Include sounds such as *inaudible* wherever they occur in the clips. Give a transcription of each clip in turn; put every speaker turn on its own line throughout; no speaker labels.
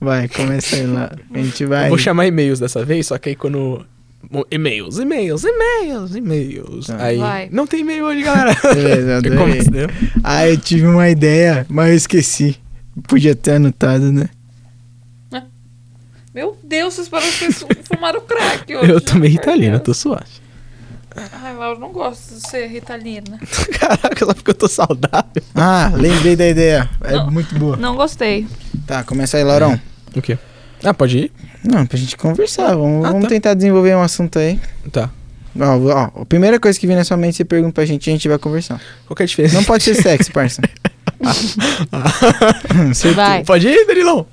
Vai, comecei lá. A gente vai.
Vou chamar e-mails dessa vez, só que aí quando. Bom, E-mails, e-mails, e-mails, e-mails.
Ah.
Aí.
Vai.
Não tem e-mail hoje, galera.
*laughs* Beleza, eu adorei.
Como entendeu?
Ah, eu tive uma ideia, mas eu esqueci. Podia ter anotado, né?
Meu Deus, vocês parecem que vocês *laughs* fumaram crack hoje.
Eu tomei
Por
ritalina, tô
Deus.
suave. *laughs*
Ai, Laura, não gosto de ser ritalina.
Caraca, só porque eu tô saudável.
Ah, lembrei da ideia. É
Não.
muito boa.
Não gostei.
Tá, começa aí, Laurão.
O quê? Ah, pode ir?
Não, pra gente conversar. Vamos,
Ah,
vamos
tá.
tentar desenvolver um assunto aí.
Tá.
Ó, ó, a primeira coisa que vem na sua mente, você pergunta pra gente e a gente vai conversar.
Qual que é a diferença?
Não pode ser
*laughs*
sexo, parça.
Vai.
Ah. Pode ir, Danilão?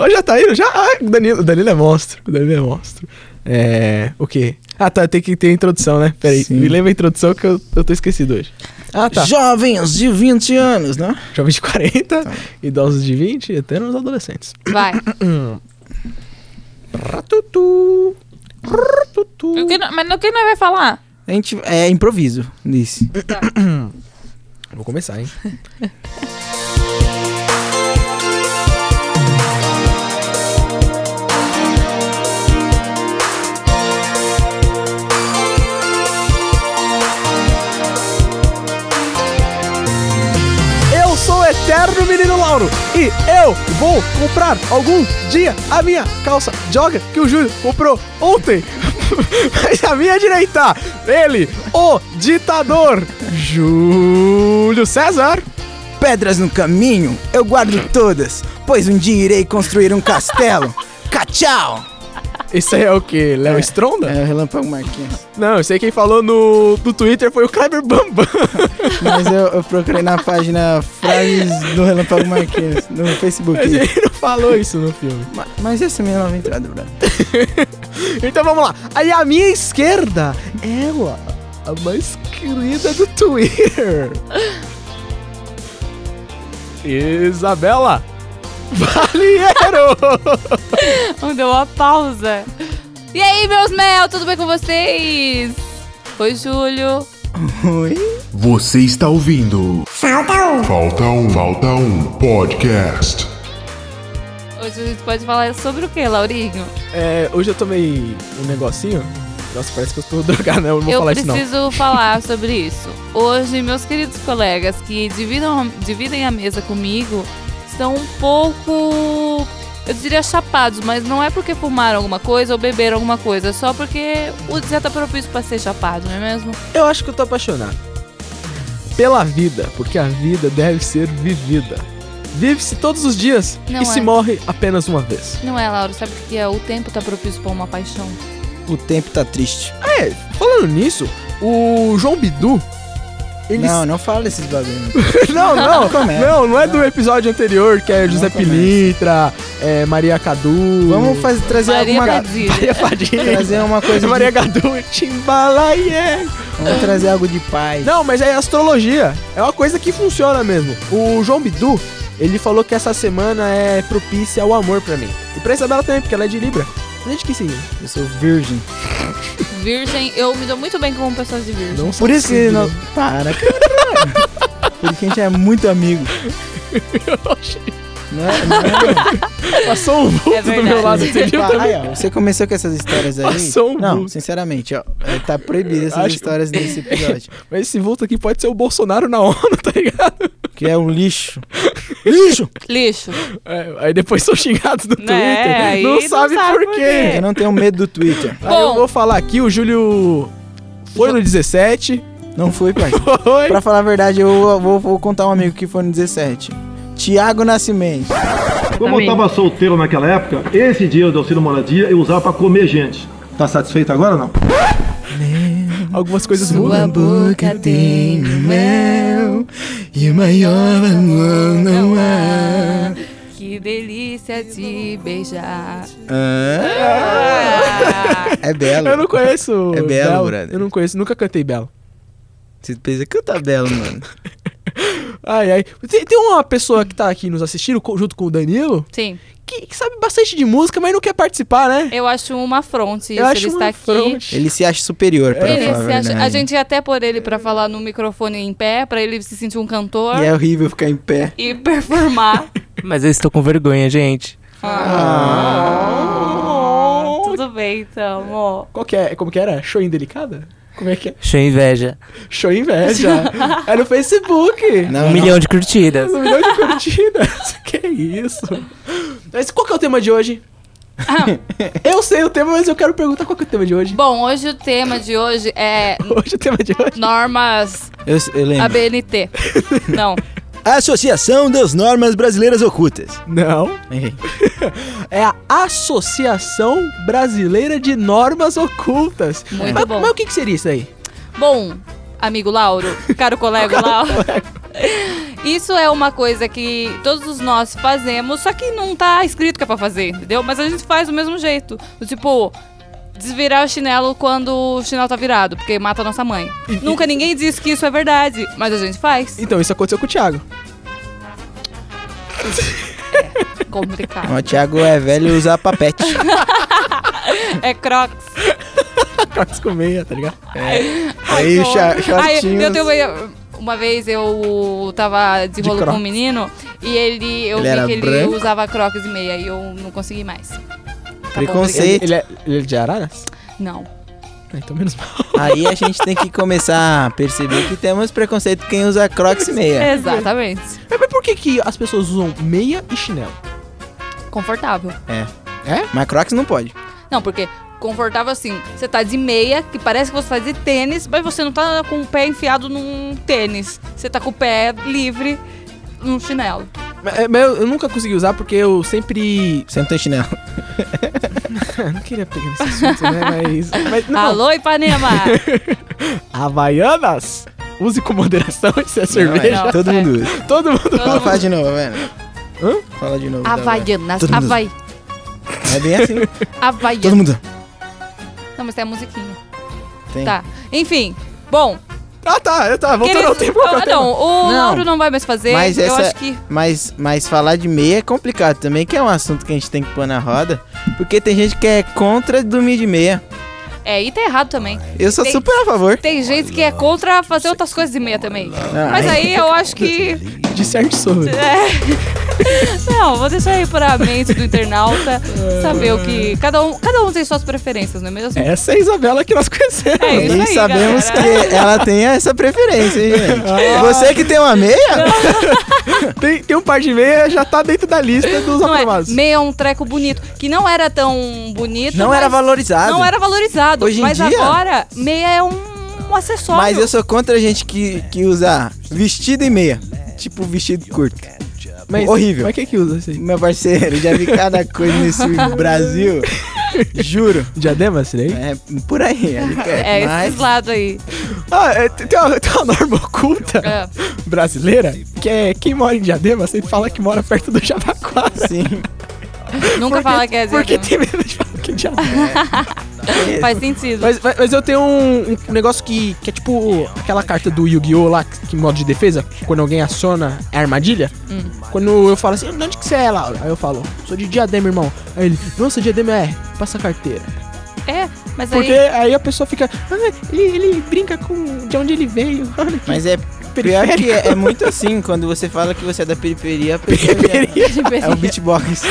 Ó, já tá indo, já. Ah, o Danilo, o Danilo é monstro. O Danilo é monstro. É. O quê? Ah, tá. Tem que ter a introdução, né? Peraí.
Sim.
Me lembra a introdução que eu, eu tô esquecido hoje. Ah, tá.
Jovens de 20 anos, né?
Jovens de 40,
Tá.
idosos de 20 e até nos adolescentes.
Vai.
Hum. Ratutu. Ratutu.
O que não- mas no que nós vai falar?
A gente. É improviso, disse.
Vou começar, hein? Eu sou o eterno menino Lauro e eu vou comprar algum dia a minha calça joga que o Júlio comprou ontem. *laughs* Mas a minha direita, ele, o ditador Júlio César.
Pedras no caminho, eu guardo todas, pois um dia irei construir um castelo. Cachau!
Isso aí é o que? Léo Stronda?
É, Relâmpago Marquinhos.
Não, eu sei quem falou no, no Twitter foi o Kleber Bambam.
Mas eu, eu procurei na página frases do Relâmpago Marquinhos, no Facebook.
Mas ele não falou isso no filme.
Ma- Mas essa é a minha nova entrada, Bruno.
Então vamos lá. Aí a minha esquerda,
É,
ela, a mais querida do Twitter. Isabela Valiero.
Não deu uma pausa. E aí, meus mel, tudo bem com vocês? Oi, Júlio.
Oi?
Você está ouvindo. Falta um. Falta um. Falta um. Podcast.
Hoje a gente pode falar sobre o que, Laurinho?
É, hoje eu tomei um negocinho. Nossa, parece que eu estou drogado, né? Eu não vou
Eu
falar isso não.
preciso falar sobre isso. Hoje, meus queridos colegas que dividam, dividem a mesa comigo estão um pouco. Eu diria chapados, mas não é porque fumaram alguma coisa ou beberam alguma coisa, é só porque o dia tá propício pra ser chapado, não é mesmo?
Eu acho que eu tô apaixonado. Pela vida, porque a vida deve ser vivida. Vive-se todos os dias
Não
e se
é.
morre apenas uma vez.
Não é, Laura? Sabe o que é? O tempo tá propício pra uma paixão.
O tempo tá triste.
É, falando nisso, o João Bidu. Ele
Não, não fala desses bagulho.
*laughs* não, não,
Não começa.
não, não é do episódio anterior que é
Não
José
começa.
Pilintra, é Maria Cadu.
Vamos faz-
é
trazer
Maria
alguma.
Gadilha.
*laughs*
Maria Fadinha. É
Trazer uma coisa.
Maria
De...
Cadu, Timbalaia.
Vamos trazer algo de paz.
Não, mas é astrologia. É uma coisa que funciona mesmo. O João Bidu, ele falou que essa semana é propícia ao amor pra mim. E pra Isabela também, porque ela é de Libra. Mas é de que signo?
Eu sou virgem.
Virgem, eu me dou muito bem com pessoas de virgem.
Não
Por isso que.
signo.
Não... Para, caralho. Porque a gente é muito
*laughs*
amigo. Não é? Não é?
Passou um vulto
É
do meu
verdade.
lado, você viu
Ah,
também?
aí, ó, você começou com essas histórias aí.
Passou um
não,
vulto.
sinceramente, ó, é, tá proibido essas
Acho-
histórias desse episódio.
Mas esse vulto aqui pode ser o Bolsonaro na *laughs* ONU, tá ligado?
Que é um lixo. Lixo!
Lixo.
É, aí depois *laughs* são xingados do Twitter.
É, aí
não,
não
sabe
sabe
por
por
quê.
quê.
Eu não tenho medo do Twitter.
Aí eu
Bom.
vou falar aqui, o Júlio foi no 17.
Não fui, parceiro.
*laughs* Foi.
Pra falar a verdade, eu vou, vou contar um amigo que foi no 17. Tiago Nascimento.
Como eu estava solteiro naquela época, esse dinheiro do auxílio moradia eu usava para comer gente. Tá satisfeito agora ou não?
Algumas coisas
Sua
mudam.
boca tem mel
e o maior
não
é.
há. Que delícia te beijar. Ah,
É belo.
Eu não conheço.
É belo, brother.
Eu não conheço, nunca cantei belo.
Você pensa, canta belo, mano.
Ai, ai. Tem, tem uma pessoa que tá aqui nos assistindo, co- junto com o Danilo,
Sim,
que, que sabe bastante de música, mas não quer participar, né?
eu acho uma afronte isso,
Eu acho
ele
uma
está aqui.
fronte.
Ele se acha superior, pra
Ele
falar
se acha-
verdade.
a gente ia até pôr ele pra falar no microfone em pé, pra ele se
é-
sentir um cantor
E é horrível ficar em pé.
e performar. *laughs*
Mas eu estou com vergonha, gente.
Tudo bem, então, amor.
Qual que é? Como que era? Show indelicada? Como é que é?
Show inveja.
Show
*laughs*
inveja. é no Facebook.
*laughs* Não,
um
não.
milhão de curtidas.
Um milhão de curtidas. *laughs* que isso? Mas qual que é o tema de *laughs* hoje? eu sei o tema, mas eu quero perguntar qual que é o tema de hoje.
Bom, hoje o tema de hoje é
Hoje o tema de hoje.
normas
Eu, eu lembro.
ABNT. Não.
Associação das Normas Brasileiras Ocultas.
Não.
Errei.
É a Associação Brasileira de Normas Ocultas.
Muito
mas,
bom.
mas o que, que seria isso aí?
Bom, amigo Lauro, *laughs* caro colega Lauro. Isso é uma coisa que todos nós fazemos, só que não tá escrito que é pra fazer, entendeu? Mas a gente faz do mesmo jeito. Do Tipo, desvirar o chinelo quando o chinelo tá virado, porque mata a nossa mãe. Nunca ninguém diz que isso é verdade, mas a gente *laughs* faz.
Então, isso aconteceu com o *laughs* Thiago.
Complicado.
O Thiago é velho e usa papete.
É crocs.
Quase com meia, tá ligado?
Aí o cha-
Ai,
shortinho-
eu tenho uma, uma vez eu tava de
De
rolo com
Crocs.
um menino e ele eu
Ele
vi
era
que ele
branco?
usava crocs e meia e eu não consegui mais. Tá bom,
Preconceito.
Ele é, ele é de Araras?
obrigada. Não.
Ah, então menos mal.
Aí a gente tem que começar a perceber que temos preconceito com quem usa crocs e
É.
meia.
Exatamente.
Mas, mas por que, que as pessoas usam meia e chinelo?
Confortável.
Mas crocs não pode.
Não, porque confortável assim, você tá de meia, que parece que você tá de tênis, mas você não tá com o pé enfiado num tênis. Você tá com o pé livre num chinelo.
Mas, é, mas eu, eu nunca consegui usar porque eu sempre. *laughs*
Você não tem *laughs* chinelo.
Ah, não queria pegar nesse assunto, né? Mas. mas não.
*laughs*
Alô, Ipanema!
Havaianas! Use com moderação essa cerveja.
Não, é, todo
Não, é.
mundo usa.
Todo mundo.
Todo
Fala
mundo-
de novo, velho.
Hã?
Fala de novo. tá,
Havaianas,
Todo mundo-
Havaí,
velho. É bem assim. *laughs* Todo
Havaianas.
mundo.
Não, mas tem a musiquinha.
Tem.
Tá. Enfim. Bom,
Ah, tá, eu tava voltando
queria-
ao tempo. qual que é o
Ah,
tema?
não, o
Não.
Lauro não vai mais fazer.
Mas
eu
essa-
acho que.
Mas, mas falar de meia é complicado também, que é um assunto que a gente tem que pôr na roda. Porque tem gente que é contra dormir de meia.
É, e tá errado também.
Eu sou
Tem-
super a favor.
Tem gente que é contra fazer outras coisas de meia também.
Ah,
Mas aí eu acho que.
De certo sobre.
é. Não, vou deixar aí pra mente
*laughs*
do internauta saber o que. Cada um, cada um tem suas preferências, não é mesmo?
Essa é a Isabela que nós conhecemos.
É isso
E
aí,
sabemos
galera.
que ela tem essa preferência, hein, gente. Você que tem uma meia,
Tem, tem um par de meia, já tá dentro da lista dos
É. Não é.
aprovados.
Meia é um treco bonito, que não era tão bonito.
não era
mas-
valorizado.
Não era valorizado.
Hoje em
mas
dia-
agora, meia é um, um acessório.
Mas eu sou contra a gente que, que usa vestido e meia. Tipo vestido curto. Horrível.
Mas quem que usa isso aí?
Meu parceiro, já vi cada coisa nesse Brasil. Juro.
Diadema, esse daí?
É por aí. ali que
É,
mas-
esses lados aí.
Ah, é, tem, tem uma, tem uma norma oculta
É.
brasileira que é quem mora em Diadema sempre fala que mora perto do Jabaquara.
Sim.
Nunca fala que é
Porque
diadema.
tem medo de falar que é Diadema.
Faz sentido.
Mas, mas, mas eu tenho um, um negócio que, que é tipo aquela carta do Yu-Gi-Oh! lá, que, que modo de defesa, quando alguém aciona a armadilha.
Hum.
Quando eu falo assim, de onde que você é, Laura? Aí eu falo, sou de Diadema, irmão. Aí ele, nossa, Diadema é, passa a carteira.
É, mas
Porque
*laughs* aí.
aí a pessoa fica, ah, ele, ele brinca com de onde ele veio. *laughs* olha que
Mas é pior que é, é muito assim. Quando você fala que você é da periferia, a pessoa já- é o beatbox.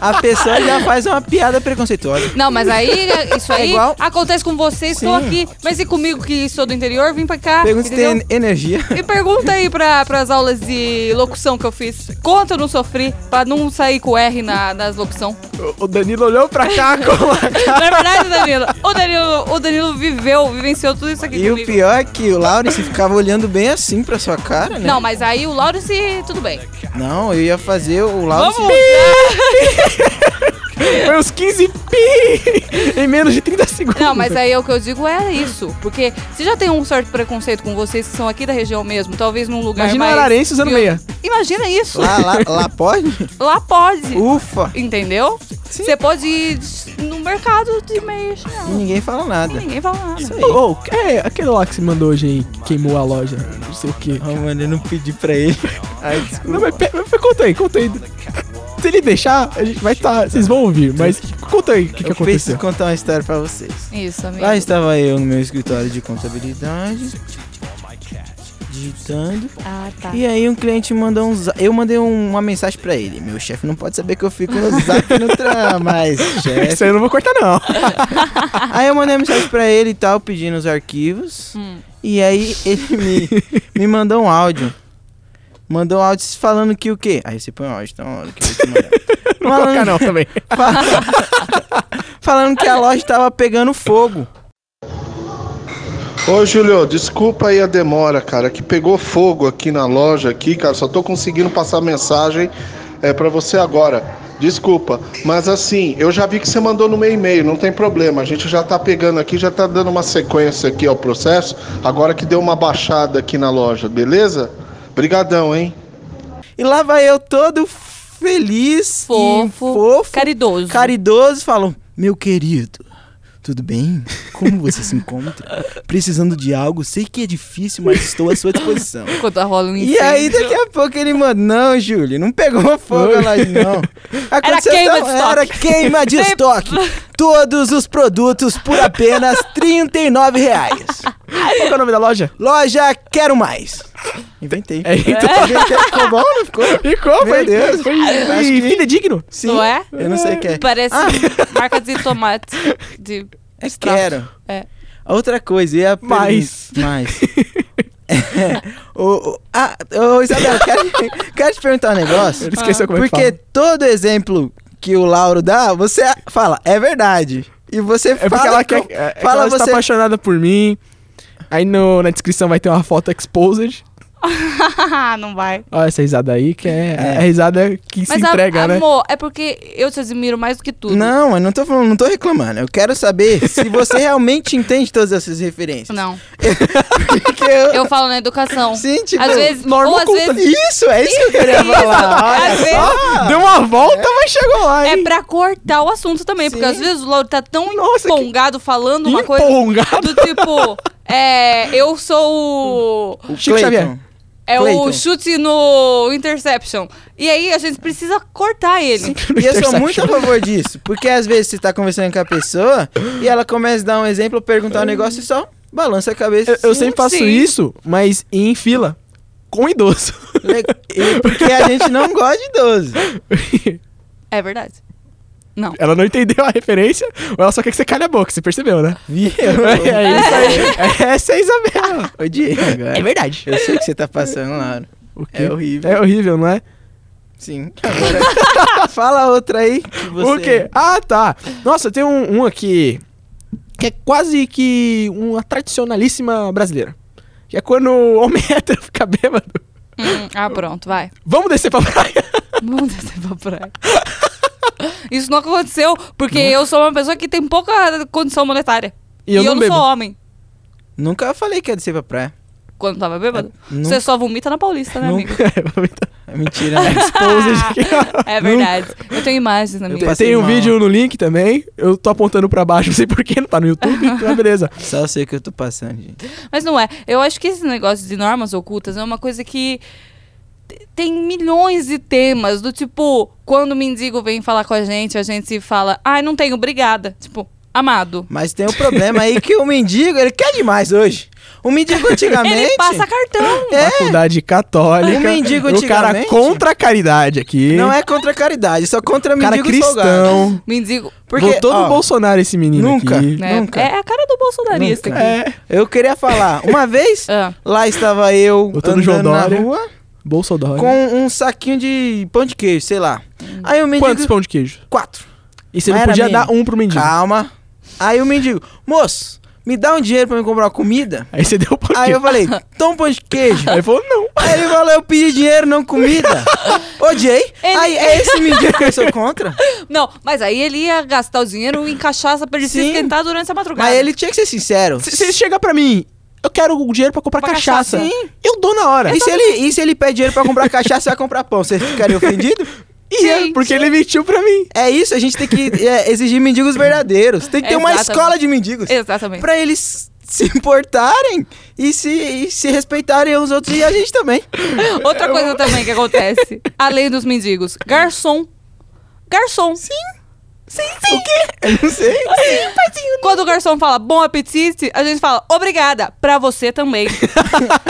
A pessoa já faz uma piada preconceituosa.
Não, mas aí é, isso aí
É igual.
acontece com você, estou aqui. Mas e comigo que sou do interior, vim pra cá.
Pergunta se
entendeu?
tem energia.
E pergunta aí pra, pras aulas de locução que eu fiz. Quanto eu não sofri pra não sair com R na, nas locução.
*laughs* O Danilo olhou pra
Tá
cá
*laughs*
com
Na verdade, Danilo, o Danilo, o Danilo viveu, vivenciou tudo isso aqui
E o
comigo.
pior é que o Laurence ficava olhando bem assim pra sua cara, né?
Não, mas aí o Laurence, tudo bem.
Não, eu ia fazer o Laurence.
Vamos!
Foi uns 15 pi *laughs* em menos de 30 segundos.
Não, mas aí o que eu digo é isso. Porque se já tem um certo preconceito com vocês que são aqui da região mesmo, talvez num lugar
Imagina
mais...
Ararense usando meia.
Imagina isso.
Lá, Uh. lá, lá pode?
Lá pode.
Ufa!
Entendeu? Você pode ir no mercado de meia
E
chinelo.
ninguém fala nada.
Ninguém fala nada.
Isso aí.
Ô, ô, é aquele lá que você mandou hoje aí, que queimou a loja, não sei o quê.
Ah, mano, eu não pedi pra ele. Ai, desculpa.
Não, mas, pe- mas conta aí, conta aí. Se ele deixar, a gente vai estar. Vocês vão ouvir, mas conta aí o que, que
eu preciso
aconteceu.
contar uma história pra vocês.
Isso, amigo.
Lá estava eu no meu escritório de contabilidade. digitando.
Ah, tá.
E aí um cliente mandou um za- Eu mandei um- uma mensagem pra ele. Meu chefe não pode saber que eu fico no zap no tram,
*laughs*
mas chefe.
Isso aí eu não vou cortar, não.
Aí eu mandei uma mensagem pra ele e tal, pedindo os arquivos.
Hum.
E aí ele me, me mandou um áudio. Mandou um áudio falando que o quê? Aí você põe um áudio, então olha o que eu vou te mandar.
*laughs* Não vou colocar, não, também.
Fal- *laughs* falando que a loja tava pegando fogo.
Ô Júlio, desculpa aí a demora, cara, que pegou fogo aqui na loja aqui, cara, só tô conseguindo passar mensagem é, para você agora. Desculpa, mas assim, eu já vi que você mandou no meu e-mail, não tem problema. A gente já tá pegando aqui, já tá dando uma sequência aqui ao processo, agora que deu uma baixada aqui na loja, beleza? Brigadão, hein?
E lá vai eu todo feliz, e
Fofo,
fofo
caridoso.
caridoso, falam: Meu querido, tudo bem? Como você se encontra? Precisando de algo? Sei que é difícil, mas estou à sua disposição.
Enquanto rola um
E
incêndio.
aí, daqui a pouco ele manda: Não, Júlio, não pegou fogo lá, não. *laughs* Aconteceu
queima
tal-
de estoque.
Era queima de
Tem-
estoque. Todos os produtos por
*laughs*
apenas R$ 39 reais.
Qual que é o nome da loja?
Loja Quero Mais. Inventei.
É, então.
Inventei. Ficou bom, não ficou?
Ficou,
Meu
foi.
Deus.
Foi,
Acho
foi
que-
fidedigno.
Sim.
Não é?
Eu não sei o que é.
Parece
Ah.
marca de tomate. De...
É
*laughs*
quero.
É.
Outra coisa, e a pergunta-
Mais.
Mais. *laughs* É. o, o- ah, ô, Isabel, quero, quero te perguntar um negócio.
Ele *laughs* esqueceu como é que
Porque
fala.
todo exemplo que o Lauro dá, você fala, é verdade. E você
É porque
fala,
ela,
com-
quer, é, é que
fala
ela está
você
apaixonada por mim. Aí no- na descrição vai ter uma foto exposed.
Ah, não vai.
Olha essa risada aí, que é,
É.
a risada que se
a-
entrega, né?
amor, é porque eu te admiro mais do que tudo.
Não, eu não tô falando, não tô reclamando. Eu quero
*laughs*
saber se você realmente entende todas essas referências.
Não.
*laughs* Porque eu,
Eu falo na educação.
Sim, tipo,
às vezes,
norma
ou às
culta.
vezes
*laughs* Isso, é isso que eu queria falar.
Às
Olha só.
Deu uma volta, mas chegou lá, hein? *laughs*
é pra cortar o assunto também, porque
Sim.
às vezes o Lauro tá tão
Nossa, que-
empolgado falando uma coisa
Empolgado.
do tipo, é, eu sou o,
O
Chico Xavier.
Clayton.
é
Clayton.
o chute no interception. E aí a gente precisa cortar ele.
E eu sou muito a favor disso, porque às vezes você tá conversando com a pessoa e ela começa a dar um exemplo, perguntar um negócio e só balança a cabeça.
Eu, eu
assim,
sempre faço
sim.
isso, mas em fila. Com um idoso.
le- Né?
*laughs*
e Porque a gente não gosta de idoso.
É verdade. Não.
Ela não entendeu a referência, ou ela só quer que você calhe a boca, você percebeu, né?
Viu?
É, *laughs* é isso aí. *laughs* Essa é a Isabela.
Odiei agora.
verdade.
Eu sei o que você tá passando, Laura.
O quê?
É horrível.
É horrível, não é? *laughs*
Sim. Agora, fala outra aí. Que você...
O quê? Ah, tá. Nossa, tem um, um aqui que é quase que uma tradicionalíssima brasileira. Que é quando o homem *laughs* hétero fica bêbado.
Hum, ah, pronto, vai.
Vamos descer pra praia.
Vamos descer pra praia. Isso não aconteceu, porque
é?
eu sou uma pessoa que tem pouca condição monetária.
E eu não bebo. *laughs*
sou homem.
Nunca falei que ia descer pra praia.
Quando tava bêbado.
É, nunca.
Você só vomita na Paulista, né, amigo?
então.
É mentira, né?
*laughs*
*laughs*
é verdade. Eu tenho imagens na
Eu
minha.
passo- Passei
Tem um
mal.
vídeo no link também. Eu tô apontando pra baixo, *laughs* não sei porquê, não tá
*laughs*
no YouTube, então é beleza.
Só eu sei o que eu tô passando, gente.
Mas não é. Eu acho que esse negócio de normas ocultas é uma coisa que te- tem milhões de temas. Do tipo, quando o mendigo vem falar com a gente, a gente fala, ai, não tenho, obrigada. Tipo, amado.
Mas tem um problema aí que o mendigo, ele quer demais hoje. O mendigo antigamente...
Ele passa cartão.
É.
Faculdade católica.
O Um mendigo
o cara
antigamente-
contra a caridade aqui.
Não é contra a caridade, só contra
O cara
mendigo folgado.
cristão.
Mendigo.
Porque,
Votou
ó,
no Bolsonaro esse menino
nunca.
aqui.
né?
Nunca.
É a cara do bolsonarista
Nunca. É.
aqui.
É.
eu queria falar, uma vez,
*laughs* Ah.
lá estava eu
Votou no
andando
João
na
Dória.
rua
Bolsonaro.
com um saquinho de pão de queijo, sei lá. Aí o mendigo...
Quantos pão de queijo?
Quatro.
E você não
Mas era
podia
minha.
dar um pro mendigo.
Calma. Aí o mendigo, moço, me dá um dinheiro pra me comprar uma comida?
Aí você deu o pão de
Aí eu
queijo.
falei, toma um pão de queijo.
Aí ele falou, não.
Aí ele falou, eu pedi dinheiro, não
*laughs*
comida. Odiei.
Ele-
Aí é
*laughs*
esse mendigo que eu sou contra.
Não, mas aí ele ia gastar o dinheiro em cachaça pra ele se
Sim.
esquentar durante a madrugada.
Mas ele tinha que ser sincero.
Se você chega pra mim, eu quero o dinheiro pra comprar
Pra
cachaça.
cachaça.
Eu dou na hora.
E se, ele, e se ele pede dinheiro pra comprar cachaça, vai comprar pão? Você ficaria ofendido?
E
assim,
é
Sim,
porque
sim.
ele mentiu pra mim.
É isso, a gente tem que é, exigir mendigos verdadeiros. Tem que ter uma
Exatamente.
escola de mendigos.
Exatamente.
Pra eles se importarem e se, e se respeitarem uns outros e a gente
*laughs*
também.
Outra coisa também que acontece, além dos mendigos, garçom. Garçom. Sim. Sim, sim. O quê?
Eu não sei.
tá Quando o garçom fala bom apetite, a gente fala obrigada, pra
*laughs*
você também.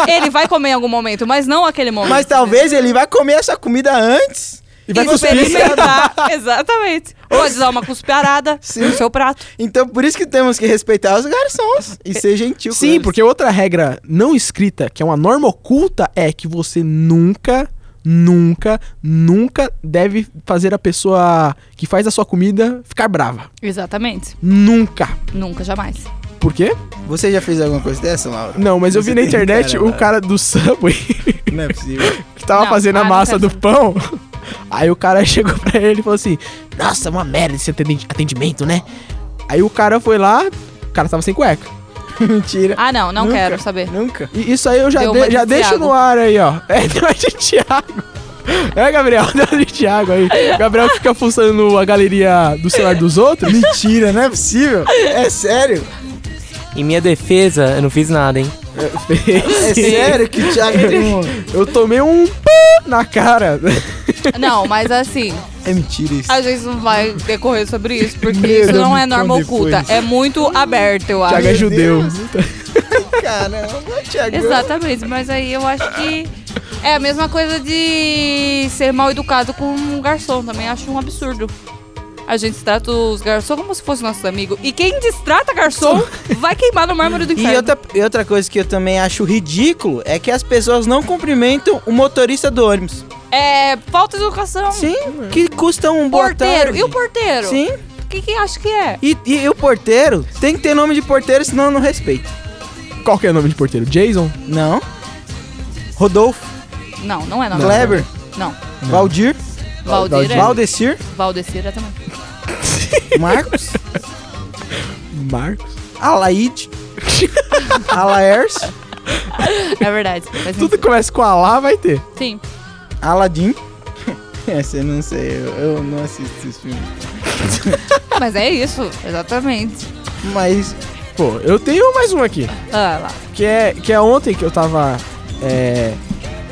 ele vai comer em algum momento, mas não aquele momento.
Mas talvez ele vai comer essa comida antes e vai
*laughs*
cuspir.
Experimentar. *laughs* Exatamente. Pode dar uma cuspiarada
Sim.
no seu prato.
Então por isso que temos que respeitar os garçons e ser gentil com
É, Sim,
eles.
porque outra regra não escrita, que é uma norma oculta, é que você nunca, nunca, nunca deve fazer a pessoa que faz a sua comida ficar brava.
Exatamente.
Nunca.
Nunca, jamais.
Por quê?
Você já fez alguma coisa dessa, Laura?
Não, mas eu
Você
vi na
tem
internet
cara,
o
Laura.
cara do Subway *laughs*
Não é possível.
que tava
Não,
fazendo
ah,
a
não
massa
quero
do pão. *laughs* Aí o cara *laughs* chegou pra ele e falou assim: Nossa, uma merda esse atenden- atendimento, né? Aí o cara foi lá, o cara tava sem cueca. *laughs*
Mentira.
Ah, não, não
Nunca.
quero saber.
Nunca.
E isso aí eu já,
Deu
de-
uma de
já deixo
Thiago.
no ar aí, ó. *laughs* É, deu uma de Thiago. É, Gabriel, *laughs* deu uma de Thiago aí. Gabriel que fica fuçando a galeria do celular dos outros.
Mentira, não é possível. É sério?
Em minha defesa, eu não fiz nada, hein?
É sério que o Thiago tem um-
Eu tomei um p na cara.
Não, mas assim,
É mentira isso.
a gente não vai decorrer sobre isso, porque
Meu
isso
Deus,
não é
então
norma
depois.
oculta. É muito aberto, eu acho.
Thiago é judeu.
Caramba, Thiago.
Exatamente, mas aí eu acho que é a mesma coisa de ser mal educado com um garçom, também acho um absurdo. A gente trata os garçons como se fossem nossos amigos. E quem
*laughs*
destrata garçom vai queimar no mármore do inferno.
E outra, e outra coisa que eu também acho ridículo é que as pessoas não cumprimentam o motorista do ônibus.
É falta de educação.
Sim, que custa um boa
Porteiro.
tarde.
E o porteiro?
Sim.
O que, que acho que é?
E, e, e o porteiro tem que ter nome de porteiro, senão eu não respeito.
Qual que é o nome de porteiro? Jason?
Não. Rodolfo,
Não, não é nome.
Kleber,
Não.
Valdir,
Valdir é.
Valdecir,
Valdecir é também.
Marcos,
Marcos? *laughs*
Alaide, Alaers, *laughs*
É verdade. Faz
Tudo que começa com Alá vai ter.
sentido. Sim.
Aladim. Essa eu não sei, eu, eu não assisto esse filme.
Mas é isso. Exatamente.
Mas
Pô, eu tenho mais um aqui.
Ah lá.
Que é, que é ontem que eu tava. É.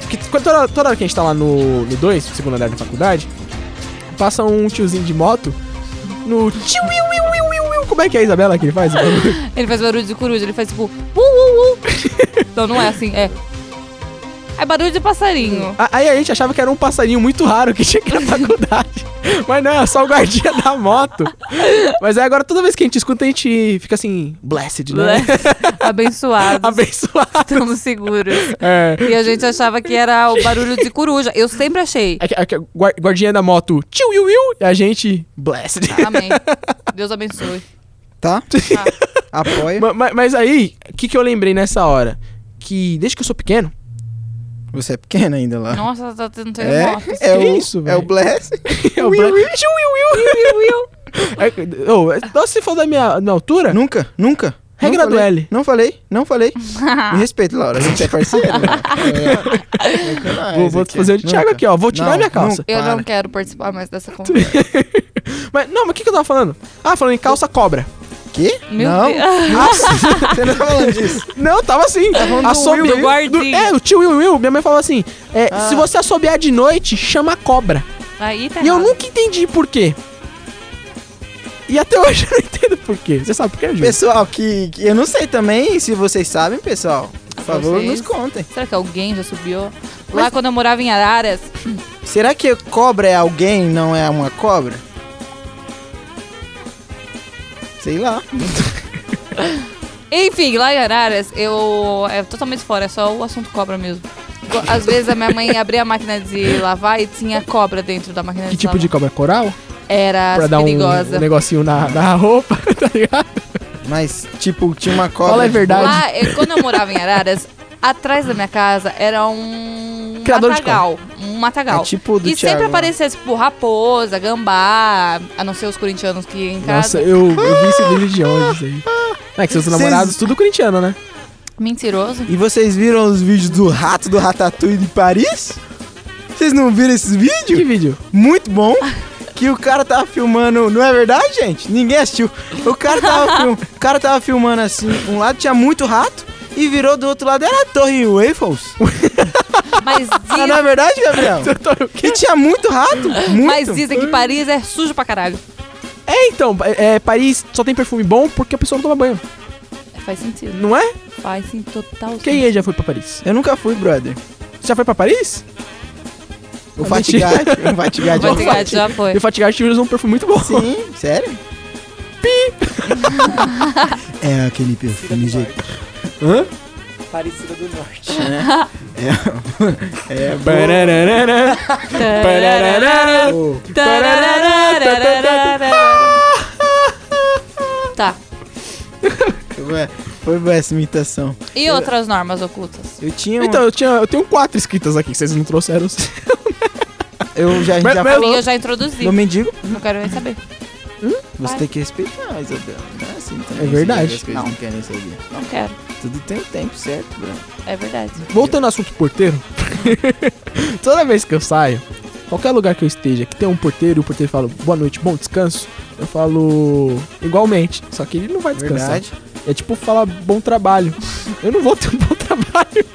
Que quando toda, toda hora que a gente tá lá no 2, segundo andar da faculdade, passa um tiozinho de moto no. tchiu, iu, iu, iu, iu, iu. Como é que é a Isabela que ele faz?
Ele faz barulho de coruja, ele faz tipo. Uh, uh, uh. então não é assim, é. É barulho de passarinho.
A- Aí a gente achava que era um passarinho muito raro que tinha aqui na faculdade. Mas não, é só o guardinha da moto. Mas aí agora toda vez que a gente escuta, a gente fica assim, blessed, né?
*laughs* Abençoado.
Abençoado.
Estamos seguros.
É.
E a gente achava que era o barulho de coruja. Eu sempre achei.
É que- é que a guar- Guardinha da moto, tchiu, iu, iu, e a gente, blessed.
Amém. Deus abençoe.
tá,
Tá.
*laughs*
apoia.
Ma- ma- Mas, aí, o que, que eu lembrei nessa hora? Que desde que eu sou pequeno, *laughs*
Você é pequeno ainda lá.
Nossa, tá tendo
é,
terremoto.
é
Que
o,
isso,
é o
velho?
Bless.
eu bla- Tchiu, iu, iu. *laughs* É que- ô,
Ah.
é- nossa, você falou da minha, da minha altura?
Nunca, nunca.
Regra
não
do
falei,
L.
Não falei, não
*laughs*
falei. Me respeita, Laura. A gente é parceiro. né?
Vou, vou fazer o
é.
de Thiago aqui, ó. Vou tirar
Não,
minha calça.
Eu
Para.
não quero participar mais dessa conversa.
*laughs* Mas, não, mas o que, que eu tava falando? Ah, falando em calça cobra.
O quê?
Meu
não.
Deus.
Nossa, você não tá falando disso.
*laughs* Não, tava assim.
Tá falando do
Assobi...
Will, do guardinha.
é, o tio Will Will. Minha mãe falava assim: é,
Ah.
se você assobiar de noite, chama a cobra.
Aí tá.
E eu
errado.
nunca entendi por quê. E até hoje eu não *laughs* entendo por quê. Você sabe por quê, Ju?
Pessoal, que, que eu não sei também, se vocês sabem, pessoal, por favor,
Vocês.
nos contem.
Será que alguém já subiu? Lá quando eu morava em Araras,
Será que cobra é alguém, não é uma cobra? Sei lá.
Enfim, lá em Araras, eu. É totalmente fora, é só o assunto cobra mesmo. Co- Às vezes a minha mãe abria a máquina de lavar e tinha cobra dentro da máquina
Que
de
tipo
lavar.
de cobra? Coral?
Era
pra dar um,
perigosa.
um negocinho na, na roupa, *laughs* tá ligado?
Mas, tipo, tinha uma cobra.
Fala a
de-
verdade.
lá, eu- quando eu morava em Araras, atrás da minha casa era um.
Criador de
matagal, Um matagal.
É tipo do
e
Thiago,
sempre
lá.
aparecia, tipo, raposa, gambá, a não ser os corintianos que ia em casa.
Nossa, eu, eu vi esse vídeo de onde isso aí. É que seus
Vocês-
namorados, tudo corintiano, né?
Mentiroso.
E vocês viram os vídeos do rato do Ratatouille de Paris? Vocês não viram esses
Que Ah.
vídeos?
vídeo?
Muito bom. Que o cara tava filmando. Não é verdade, gente? Ninguém assistiu. O cara
*laughs*
tava, fil- o cara tava filmando assim. Um lado tinha muito rato. E virou do outro lado, era a Torre Waffles.
Mas
Ah, não
dizem,
é
*laughs*
verdade, Gabriel?
*laughs* Eu tô-
Que tinha muito rato. Muito.
mas dizem que Paris é sujo pra caralho.
É, então, é, é, Paris só tem perfume bom porque a pessoa não toma banho,
Faz sentido.
não é?
Faz sim, total
Quem
sentido.
aí já foi pra Paris?
Eu nunca fui, brother.
Você já foi pra Paris?
O
Ah,
Fatigate,
*laughs*
o Fatigate.
Vai pegar, já foi.
E o Fatigate usa um perfume muito bom.
Sim, sério? Pi! é aquele perfume jeito.
Hã?
Parecida do Norte.
É,
Barararara, barararara.
bom.
Tá.
Ué, Foi boa essa imitação.
E outras normas ocultas?
Eu tinha. um-
*laughs* Então, eu, tinha, eu tenho quatro escritas aqui que vocês não trouxeram. *laughs*
eu já, a gente
Mas-
já
mas-
E
falou.
eu já introduzi.
Não mendigo,
Não quero nem saber.
você
Vai.
tem que respeitar, Isabel. Não é assim também.
É verdade.
As coisas
Não.
não querem saber.
Não quero.
Tudo tem o tempo certo, Bruno.
É verdade.
Voltando ao assunto porteiro, *laughs* toda vez que eu saio, qualquer lugar que eu esteja, que tem um porteiro e o porteiro fala boa noite, bom descanso, eu falo igualmente, só que ele não vai descansar.
Verdade.
É tipo falar bom trabalho. Eu não vou ter um bom *laughs* trabalho.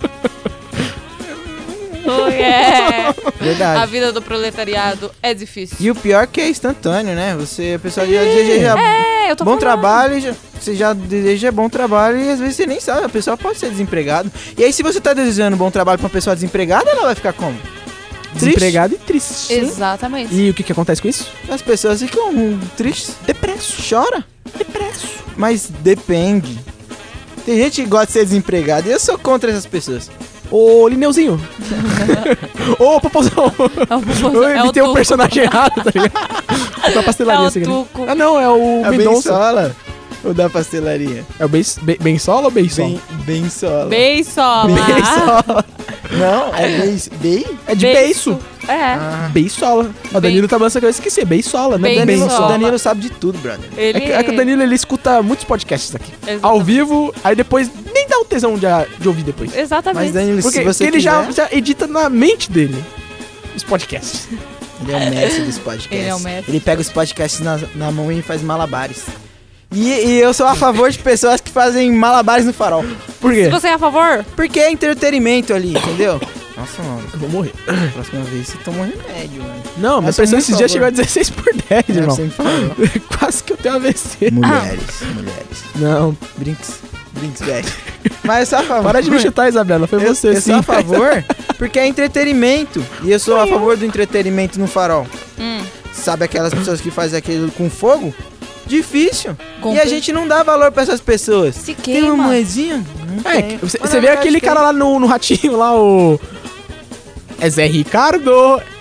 Oh, yeah. A
Verdade.
vida do proletariado é difícil.
E o pior que é instantâneo, né? Você, a pessoa já deseja
É, eu tô
bom
falando.
trabalho, já- você já deseja bom trabalho e às vezes você nem sabe, a pessoa pode ser desempregada. E aí se você tá desejando bom trabalho pra uma pessoa desempregada, ela vai ficar como? Triste.
Desempregado e triste.
Exatamente.
E o que, que acontece com isso?
As pessoas ficam hum, tristes, depresso, chora, depresso. Mas depende. Tem gente que gosta de ser desempregada e eu sou contra essas pessoas.
Ô,
*laughs*
Lineuzinho. Ô, Popozão.
É o,
Eu
é o
evitei um
Tuco. *laughs*
personagem errado, tá ligado? Da
É
pastelaria,
o
você quer dizer.
Tuco.
Ah, não, é o
É o
Mendonça.
Bensola ou da pastelaria?
É o Ben, ben, ben Solo ou Ben Sol?
Bem, Bensola.
Beisola.
Não, é beis, bem?
É de beiço.
Ah, É.
Beisola. O Danilo tá balançando que eu esqueci. Beisola, né?
Beisola.
Danilo,
Bensola.
o Danilo sabe de tudo, brother.
Ele
É que, é que o Danilo ele escuta muitos podcasts aqui.
Exatamente.
Ao vivo, aí depois nem dá o tesão de, de ouvir depois.
Mas
Exatamente.
Danilo,
Porque
se
porque
você
ele já,
quiser,
já edita na mente dele os podcasts.
Ele é o mestre dos podcasts.
Ele é o mestre.
Ele pega os podcasts na, na mão e faz malabares. E, e eu sou a favor de pessoas que fazem malabares no farol.
Por quê?
Se você é a favor,
Porque é entretenimento ali, entendeu? Nossa, mano,
Eu vou morrer.
da próxima vez você toma um remédio, mano.
Não, minha
Eu sou muito
pressão esses dias
é favor.
chegou a 16 por 10,
É,
irmão.
você me falou.
*laughs* Quase que eu tenho AVC.
Mulheres, mulheres.
Não,
Brinks, brinks, velho. Mas eu sou a favor.
para de me chutar, Isabela. Foi
Eu,
você, assim.
eu
sim.
sou a favor porque é entretenimento. E eu
Hum.
sou a favor do entretenimento no farol. Sabe aquelas pessoas que fazem aquilo com fogo? Difícil. E a
Compre-
gente não dá valor pra essas pessoas.
se
Tem
queima.
uma moedinha? Não
*laughs* É,
tem.
que- você,
Mas
você
na
vê
verdade
aquele
tem.
cara lá no, no ratinho, lá o. É Zé Ricardo.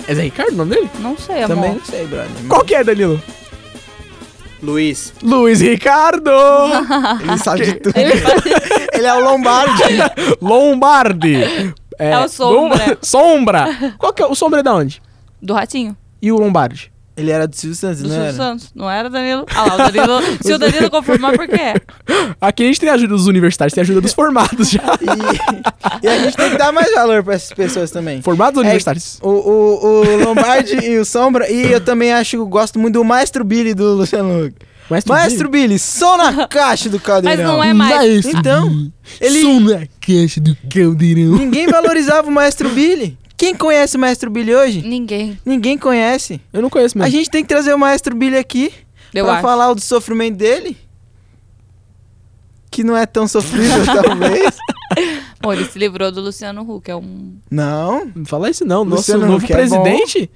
É Zé Ricardo o nome dele?
Não sei, amor.
Também não sei, brother.
Qual que é, Danilo?
Luiz.
Luiz
*laughs*
Ricardo! *laughs*
*laughs* Ele sabe de tudo.
Ele faz-
Ele é o Lombardi.
Lombardi!
É o Sombra.
Lom- *laughs* Sombra! Qual que é? O Sombra é da onde?
Do ratinho.
E o Lombardi?
*laughs*
*gasps*
Ele era do Silvio Santos,
Do
não
Silvio
era?
Santos. Não era, Danilo? Ah lá, o *laughs* Danilo. se o Danilo confirmar, por quê?
Aqui a gente tem a ajuda dos universitários, tem a ajuda dos formados já.
*laughs* E, *laughs* e a gente tem que dar mais valor pra essas pessoas também.
Formados ou
É,
universitários?
O, o, o Lombardi e o Sombra. E eu também acho, gosto muito do Maestro Billy do Luciano Huck.
Maestro
Maestro Billy, som *laughs* na caixa do caldeirão.
Mas não é
Billy?
mais.
Maestro
Então,
Billy.
ele-
Som na caixa do caldeirão.
Ninguém valorizava o Maestro Billy. Quem conhece o Maestro Billy hoje?
Ninguém.
Ninguém conhece.
Eu não conheço
A
mesmo.
gente tem que trazer o Maestro Billy aqui
Eu
pra
acho.
falar do sofrimento dele. Que não é tão
*laughs*
sofrível, talvez.
Bom, ele se livrou do Luciano Huck. É um.
Não.
Não fala isso não. Nosso
Luciano
novo
Huck é bom.
presidente,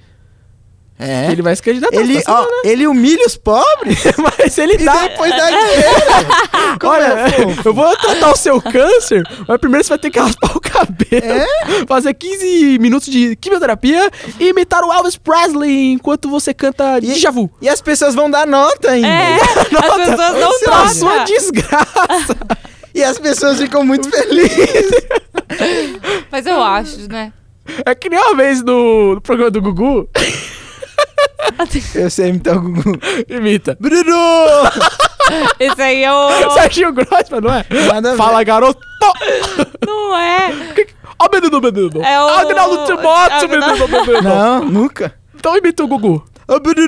É.
ele vai se candidatar.
Ele,
tá
ó,
sabendo,
ele Então, humilha os pobres
né? *laughs* Mas ele
e
dá.
depois né? dá *laughs* dinheiro. Como
Olha,
é fofo?
*laughs* eu vou tratar o seu câncer, mas primeiro você vai ter que raspar o cabelo,
É?
fazer 15 minutos de quimioterapia e imitar o Elvis Presley enquanto você canta
E-
Deja Vu.
E as pessoas vão dar nota ainda.
É! *laughs* as pessoas não
esse é um
Nossa, uma
tocam.
desgraça!
E as pessoas ficam muito felizes.
Mas eu acho, né?
É que nem uma vez no, no programa do Gugu, *coughs*
Eu sei um imitar o Gugu.
imita.
Bruno!
Esse aí
*laughs*
é
*laughs*
o.
Serginho Grossman, não é?
Nada a ver.
Fala, garoto!
Não é.
Ó, menino, menino!
É o-
Agnaldo Timóteo, menino, menino!
Não, nunca.
Então imita o Gugu.
Ô, Bruno!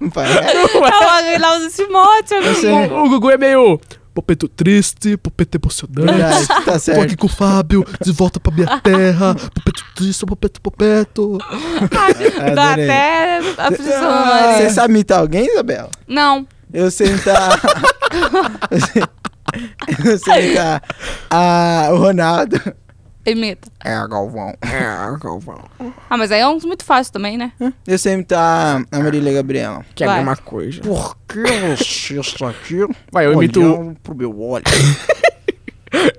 Não parece?
É o Aguinaldo Timóteo,
Você-
amigo.
O, o Gugu é meio. Popento triste, popento emocionante.
Verdade, tá
Tô aqui
certo.
com o Fábio, de volta pra minha terra. Popeto triste, popeto, popeto.
Dá
É, Adorei.
até aflição no
Ah, Você
nariz.
sabe imitar alguém, Isabela?
Não.
Eu sei imitar. Eu sei- *laughs* Eu sei imitar ah, o Ronaldo.
Imita.
É, Galvão. É, Galvão.
Ah, mas aí é um muito fácil também, né?
Eu sei imitar a Marília Gabriela.
Que é a
Vai.
mesma coisa.
Por que você está aqui?
Vai, eu imito,
olhando pro meu olho.
*laughs*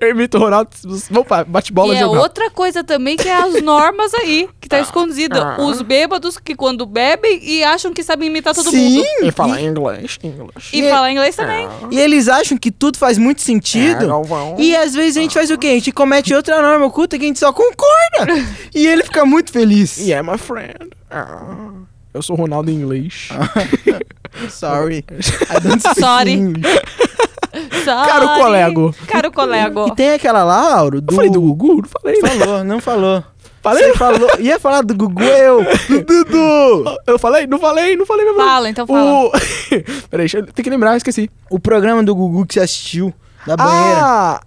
Eu imito o Ronaldo. Vamos pra bate-bola
e é
jogar.
outra coisa também que é as normas aí, que
Ah.
tá escondida. Os bêbados que quando bebem e acham que sabem imitar Tá todo
Sim!
mundo.
e falar inglês, inglês.
E falar inglês também.
E eles acham que tudo faz muito
É,
sentido.
Galvão.
E às vezes a gente faz o quê? A gente comete outra norma oculta que a gente só
*laughs*
concorda. E ele fica muito feliz.
é.
Yeah, my friend. Ah,
Eu sou o Ronaldo em inglês. *laughs*
Sorry. I don't speak
Sorry.
English.
Sorry.
Caro colego.
Caro colego.
E tem aquela lá, Lauro, do...
Eu falei do Gugu? Não falei, né?
Falou, não falou.
Falei?
Você falou. Ia falar do Gugu,
*laughs*
eu. Do *laughs* Dudu.
Eu falei? Não falei, não falei mesmo. não.
Fala, então fala.
O... *laughs* Peraí, deixa eu... tem que lembrar, eu esqueci.
O programa do Gugu que você assistiu, da banheira.
Ah!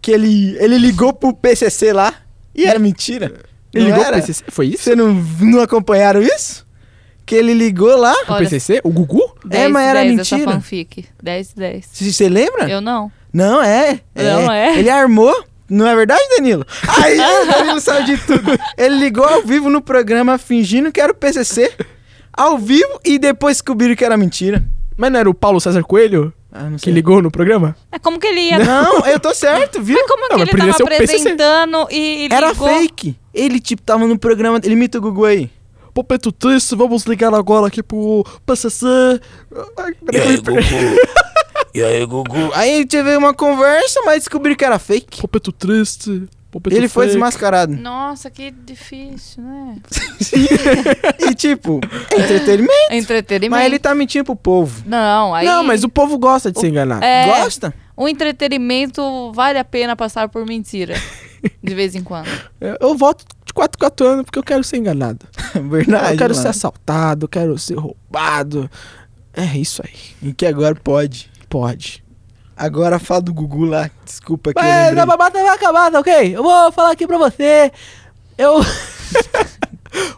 Que ele, ele ligou pro PCC lá. E era mentira.
Ele
Não
ligou
era?
pro PCC? Foi isso?
Você não, não acompanharam isso? Que ele ligou lá.
O
Olha,
PCC? O Gugu?
É, mas era
10 essa
mentira.
fanfic. 10 10.
Você você lembra?
Eu não.
Não, é.
Não, é.
Ele armou. Não é verdade, Danilo?
*laughs*
Aí o Danilo saiu de tudo. Ele ligou ao vivo no programa fingindo que era o PCC. Ao vivo e depois descobriram que era mentira.
Mas não era o Paulo César Coelho
Ah, não
que
sei.
ligou no programa?
É como que ele
*laughs*
ia.
Não, eu tô
*laughs*
certo, viu?
Mas como que
Não, mas
ele
poderia
tava
ser o PCC.
apresentando e ligou?
Era fake. Ele, tipo, tava no programa. Ele imita o Gugu aí.
Popeto triste, vamos ligar agora aqui pro PCC. Ai, peraí, peraí.
Aí teve uma conversa, mas descobriram que era fake.
Popeto triste. Popeto
Ele foi
fake.
*laughs*
desmascarado.
Nossa, que difícil, né?
E, tipo, é entretenimento.
Entretenimento.
Mas ele tá mentindo pro povo.
Não, aí...
Não, mas o povo gosta de ser enganado.
É,
Gosta?
o entretenimento vale a pena passar por mentira. De vez em quando.
Eu- É, Eu voto de 4 4 anos porque eu quero ser enganado.
*laughs* Verdade.
eu quero
mano.
ser assaltado, eu quero ser roubado. É isso aí.
E que agora pode.
Pode.
Agora fala do Gugu lá. Desculpa que eu
Mas
lembrei.
a babata vai acabar, tá ok? Eu vou falar aqui pra você. Eu.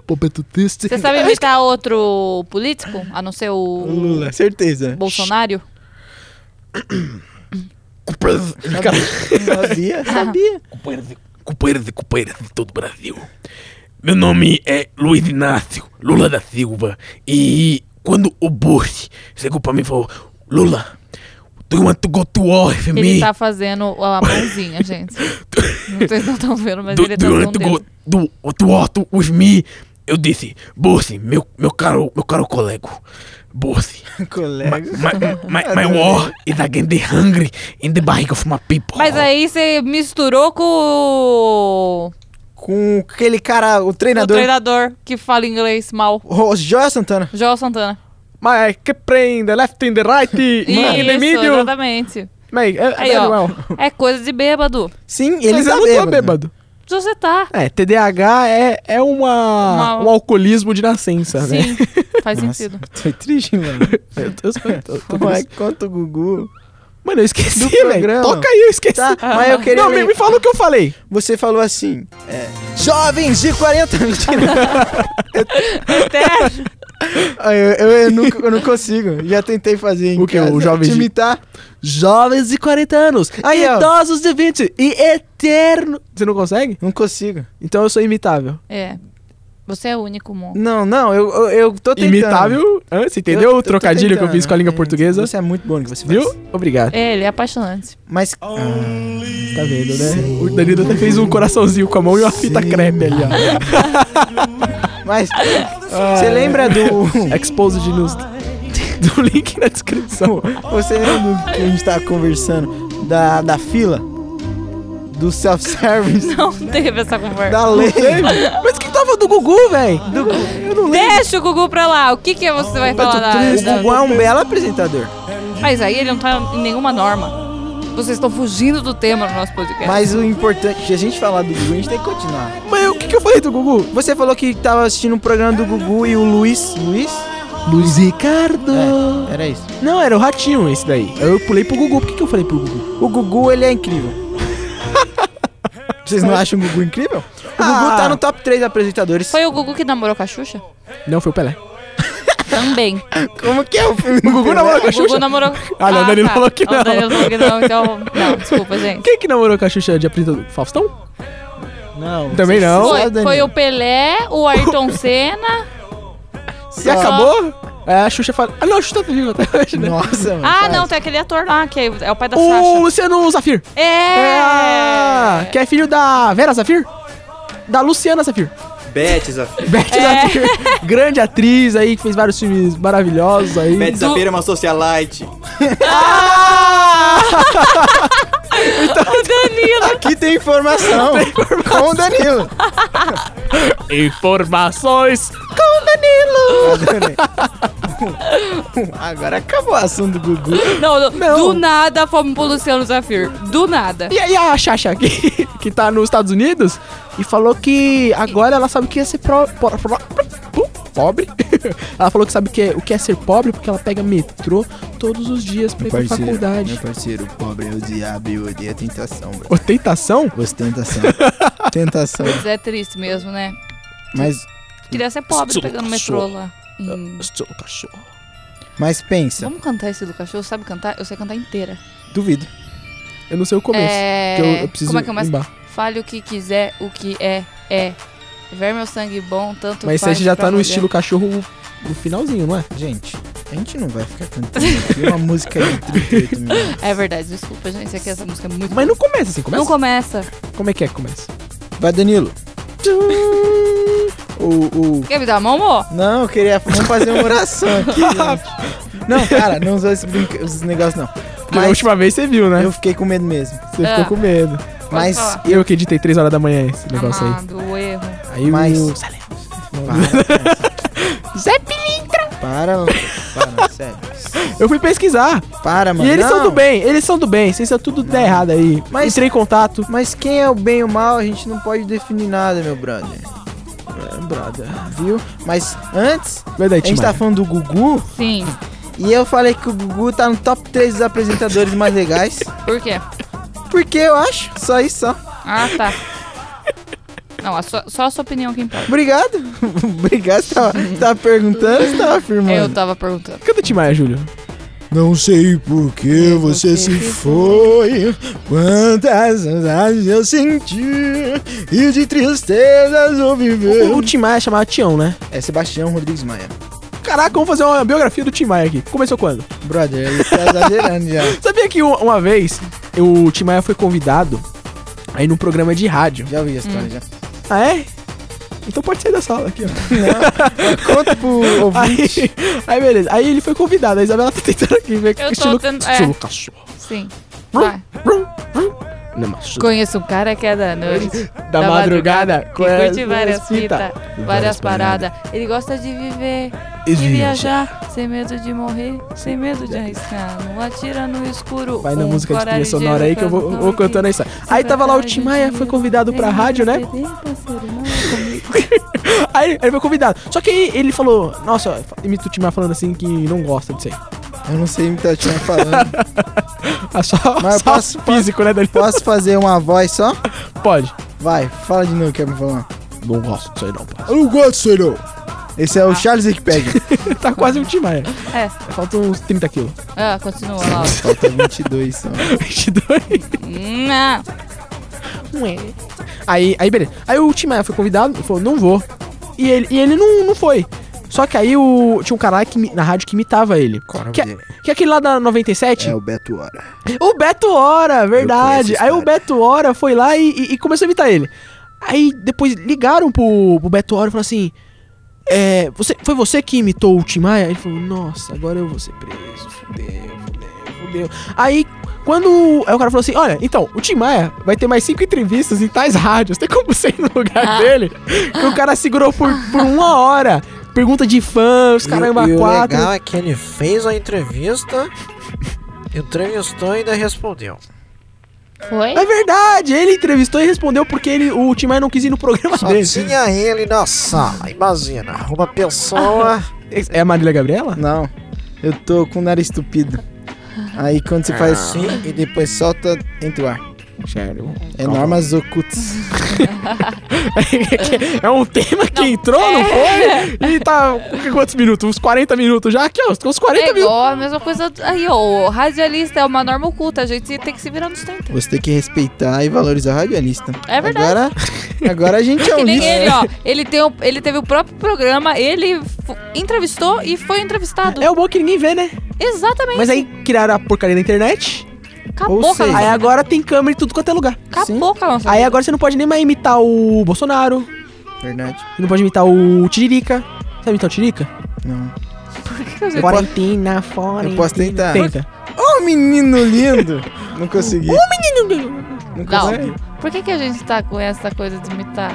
Popeto triste.
Você sabe imitar outro político? A não ser o
Lula, certeza.
Bolsonaro? *laughs*
Sabia, sabia.
Companheiras e companheiras de todo o Brasil. Meu nome é Luiz Inácio Lula da
assim,
Silva. E quando o Bush chegou pra mim e falou: Lula, do you want to go to war with
Ele
me?
tá fazendo a mãozinha, gente. Não- Vocês não estão vendo, mas
do,
ele
do
tá
you want to go
escondendo.
do, to war to- with me? Eu disse: Bush, meu, meu caro, meu caro colega. Bush, my,
Colega.
my, my, my
um
war is against the hungry in the barriga of my people.
Mas aí você misturou com o,
Com aquele cara, o
o
treinador.
treinador que fala inglês mal.
O Joel Santana.
Joel Santana.
Mas que eh, prende, left and the right, man in the
Isso,
middle.
exatamente.
Mas é,
Aí,
é
ó.
normal.
É coisa de bêbado.
Sim, eles
Mas eu não tô é bêbado.
Você tá.
É, TDAH é, é uma,
Uma-
um alcoolismo de nascença, né?
Sim, faz sentido.
Foi triste, mano.
Eu tô, eu tô- eu tô-
Mas conta o Gugu.
Mano, eu esqueci,
Do
velho.
programa.
Toca aí, eu esqueci.
Tá, mas eu queria
Não, me,
lem-
me fala o que eu falei.
Você falou assim, é, jovens de 40... Mentira.
Até-
*laughs* Ah, eu, eu, eu nunca- eu não consigo. Já tentei fazer em
O quê?
casa.
O jovem
Te
de-
imitar.
Jovens de 40 anos,
Aí, ó.
idosos de 20 e eterno... Você não consegue?
Não consigo.
Então eu sou imitável.
É. Você é o único monstro.
Não, não, eu, eu, eu tô tentando.
Imitável? Hã? Você
Eu-
entendeu
eu
o
tô
trocadilho que eu fiz com a língua
tentando.
portuguesa?
Você é muito bom no que você
Viu?
faz.
Obrigado.
É, ele é apaixonante.
Mas...
Tá vendo,
É.
né? O Danilo até fez um coraçãozinho com a mão e uma fita crepe ali, ó. *laughs*
ah, Mas você lembra do.
Ah. *laughs* Exposed news. Do link na descrição.
Você lembra do que a gente tava conversando? Da, da fila? Do
*laughs*
self-service?
Não teve essa conversa.
Da lei?
Mas que tava do Gugu, velho? um
Deixa o Gugu pra lá. O que que você vai falar da,
O
da-
Gugu é um belo apresentador.
Mas aí ele não tá em nenhuma norma. Vocês estão fugindo do tema no nosso podcast.
Mas o importante, se a gente falar do Gugu, a gente tem que continuar.
Mas o que, que eu falei do Gugu?
Você falou que tava assistindo um programa do Gugu e o Luiz. Luiz?
Luiz Ricardo.
Era isso.
Não, era o ratinho esse daí. Eu pulei pro Gugu. Por que, que eu falei pro Gugu?
O Gugu, ele é incrível. Vocês não acham o Gugu incrível? O Gugu
Ah.
tá no top 3 apresentadores.
Foi o Gugu que namorou com a Xuxa?
Não, foi o Pelé.
Também.
Como que é o filme?
O Gugu namorou com a
O Gugu
Xuxa?
namorou.
Ah, não, o Danilo falou que
O
não.
Danilo falou que não, então. Não, desculpa, gente.
Quem é que namorou com a Xuxa de apresentador? Faustão?
Não.
Também não.
Só o
Foi,
Danilo.
foi o Pelé, o Ayrton Senna.
E acabou? É, a Xuxa fala... Ah, não, a Xuxa tá viva até hoje, né?
Nossa, mano.
Ah,
faz.
não, tem aquele ator lá que é, é o pai da
O
Sasha.
Luciano Zafir.
É!
É, Que é filho da Vera Zafir? Da Luciana Zafir.
Beth Zafira.
Beth
É.
Zafir. Grande atriz aí, que fez vários filmes maravilhosos aí.
Beth Zafira é uma socialite.
O
*laughs*
Danilo.
Aqui tem informação. Com o Danilo.
Informações. *laughs*
Agora acabou o assunto do Gugu.
Não, do-
Não.
do nada fomos pro Luciano Zafir. Do nada.
E aí a Xaxa, que, que tá nos Estados Unidos, e falou que agora ela sabe o que é ser pro, pro- pro- pro- pobre. *laughs* Ela falou que sabe o que é, o que é ser pobre porque ela pega metrô todos os dias pra ir pra faculdade.
parceiro, o pobre é o diabo e eu odeio a tentação, bro.
Ô, tentação?
Ostentação. Tentação.
Mas é triste mesmo, né?
Mas,
Queria ser pobre
Sou Ah,
pegando metrô
cachorro.
lá. em-
Sou cachorro.
mas pensa.
Vamos cantar esse do cachorro? Sabe cantar? Eu sei cantar inteira.
Duvido.
Eu não sei o começo.
É,
que eu, eu preciso
como é que eu mais-
limbar.
Fale o que quiser, o que é, é. Ver meu sangue bom, tanto
Mas isso aí
faz
você já tá
pra
no
mulher.
estilo cachorro no finalzinho, não é?
Gente, a gente não vai ficar cantando aqui uma música de 38 minutos.
É verdade, desculpa, gente. Isso aqui, essa música é muito...
Mas não começa assim, começa?
Não começa.
Como é que é
*laughs*
que começa?
Vai, Danilo. O, o...
Quer me dar a mão, amor?
Não, eu queria... Vamos fazer uma oração aqui, gente. Não, cara, não usa esse brinca... esses negócios, não.
é Porque
Mas
a última vez você viu, né?
eu fiquei com medo mesmo.
Você
Ah.
ficou com medo.
Mas...
falar.
Eu que editei 3 horas da manhã esse negócio aí.
Amado, o erro.
Aí
Mas-
o...
Zé Pilintra.
Para, para, para, sério.
Eu fui pesquisar.
Para, mano.
e eles são
não.
do bem, eles são do bem. Vocês são tudo da errado aí.
Mas-
Entrei em contato.
Mas quem é o bem e o mal, a gente não pode definir nada, meu brother. É,
Brother.
Viu? Mas antes,
Verdade,
a gente tá falando do Gugu.
Sim.
E eu falei que o Gugu tá no top 3 dos apresentadores mais *laughs* legais.
Por quê?
Porque eu acho. Só isso, só.
Ah, tá. Não, a sua- só a sua opinião que importa.
Obrigado. Obrigado. Você tava, você tava perguntando, você tava
Eu
Hum.
afirmando.
tava perguntando.
Canta Tim Maia, Júlio.
Não sei por que você se foi. Quantas saudades eu senti. E de tristezas eu viver.
O, o Tim Maia chamava Tião, né?
É Sebastião Rodrigues Maia.
Caraca, vamos fazer uma biografia do Tim Maia aqui. Começou quando?
Brother, ele tá exagerando já.
Sabia que uma, uma vez o Tim Maia foi convidado aí num programa de rádio.
Já ouvi a história, já.
Ah, é? Então pode sair da sala aqui, ó.
Conta pro
Aí,
ouvinte.
aí beleza. Aí ele foi convidado. A Isabela tá tentando aqui ver
Eu tô
estilo,
tentando- é.
estilo cachorro.
Sim. Vai.
Não, mas-
Conheço um cara que é da noite.
Da madrugada,
que
com as-
curte várias
as fita.
fitas, várias paradas. Ele gosta de viver e viajar, sem medo de morrer, sem medo de arriscar. Não atira no escuro.
Vai na
um
música de trilha
corajoeiro
sonora aí que eu vou,
cantando
vou cantando
aqui. tá
isso. Aí tava lá o Tim Maia, foi convidado pra rádio, né? Aí ele foi convidado. Só que aí ele falou, nossa, imita o Tim Maia falando assim que não gosta disso aí.
Eu não sei o que tá te falando.
Ah, só,
Mas eu
só
posso-
físico, né, Danilo?
Posso fazer uma voz só?
Pode.
Vai, fala de novo o que eu me falar.
Não gosto disso aí não,
Eu não gosto disso aí, não. Esse é o Charles Wikipedia.
Tá quase um Tim Maia.
É,
Falta uns 30 quilos. *laughs*
ah, continua lá.
Falta 22 só.
22.
Não.
Aí, aí beleza. Aí o Tim Maia foi convidado, ele falou, não vou. E ele, e ele não, não foi. Só que aí o, tinha um cara lá que, imi- na rádio que imitava ele. Que, é- que é aquele lá da 97.
É o Beto Hora.
O Beto Hora,
conheço
verdade.
esse
Aí o
cara.
Beto Hora foi lá e, e- e começou a imitar ele. Aí depois ligaram pro, pro Beto Hora e falaram assim: é, você, Foi você que imitou o Tim Maia? Ele falou: Nossa, agora eu vou ser preso. Fudeu, fudeu, fudeu. Aí quando. Aí o cara falou assim: Olha, então, o Tim Maia vai ter mais cinco entrevistas em tais rádios. Tem como você ir no lugar dele? Que o cara segurou por, por uma hora. Pergunta de fãs, caramba,
e, e
quatro.
O legal é que ele fez a entrevista, entrevistou e ainda respondeu.
Foi?
É verdade, ele entrevistou e respondeu porque ele,
*laughs*
o Tim Maia não quis ir no programa
Só
dele.
tinha ele na sala. Imagina, uma pessoa
É a Marília Gabriela? Não. Eu tô com o nariz estupido. Aí quando você faz assim e depois solta, entra o ar. Sério? É normas ocultas.
*laughs* é um tema que entrou,
é.
não foi? E tá. Quantos minutos? Uns 40 minutos já? Aqui, ó. Uns 40
é
minutos.
igual a mesma coisa. Aí, ó, o radialista é uma norma oculta, a gente tem que se virar nos 30.
Você tem que respeitar e valorizar o radialista.
É verdade.
Agora, agora a gente é
Que
um
nem
lixo.
ele, ó. Ele, tem o- ele teve o próprio programa, ele fu- entrevistou e foi entrevistado.
É o bom que ninguém vê, né?
Exatamente.
Mas aí criaram a porcaria da internet.
Acabou com a nossa
Aí
vida.
agora tem câmera em tudo quanto é lugar.
Acabou com a nossa
Aí agora você não pode nem mais imitar o Bolsonaro.
É Verdade.
Você não pode imitar o Tiririca. Sabe imitar o Tiririca?
Não.
Eu
Quarentina, fora.
Eu posso tentar.
Tenta.
Ô, menino lindo! Não consegui. Ô,
Um menino!
Nunca
*laughs*
consegui.
Não. Por que, que a gente tá com essa coisa de imitar?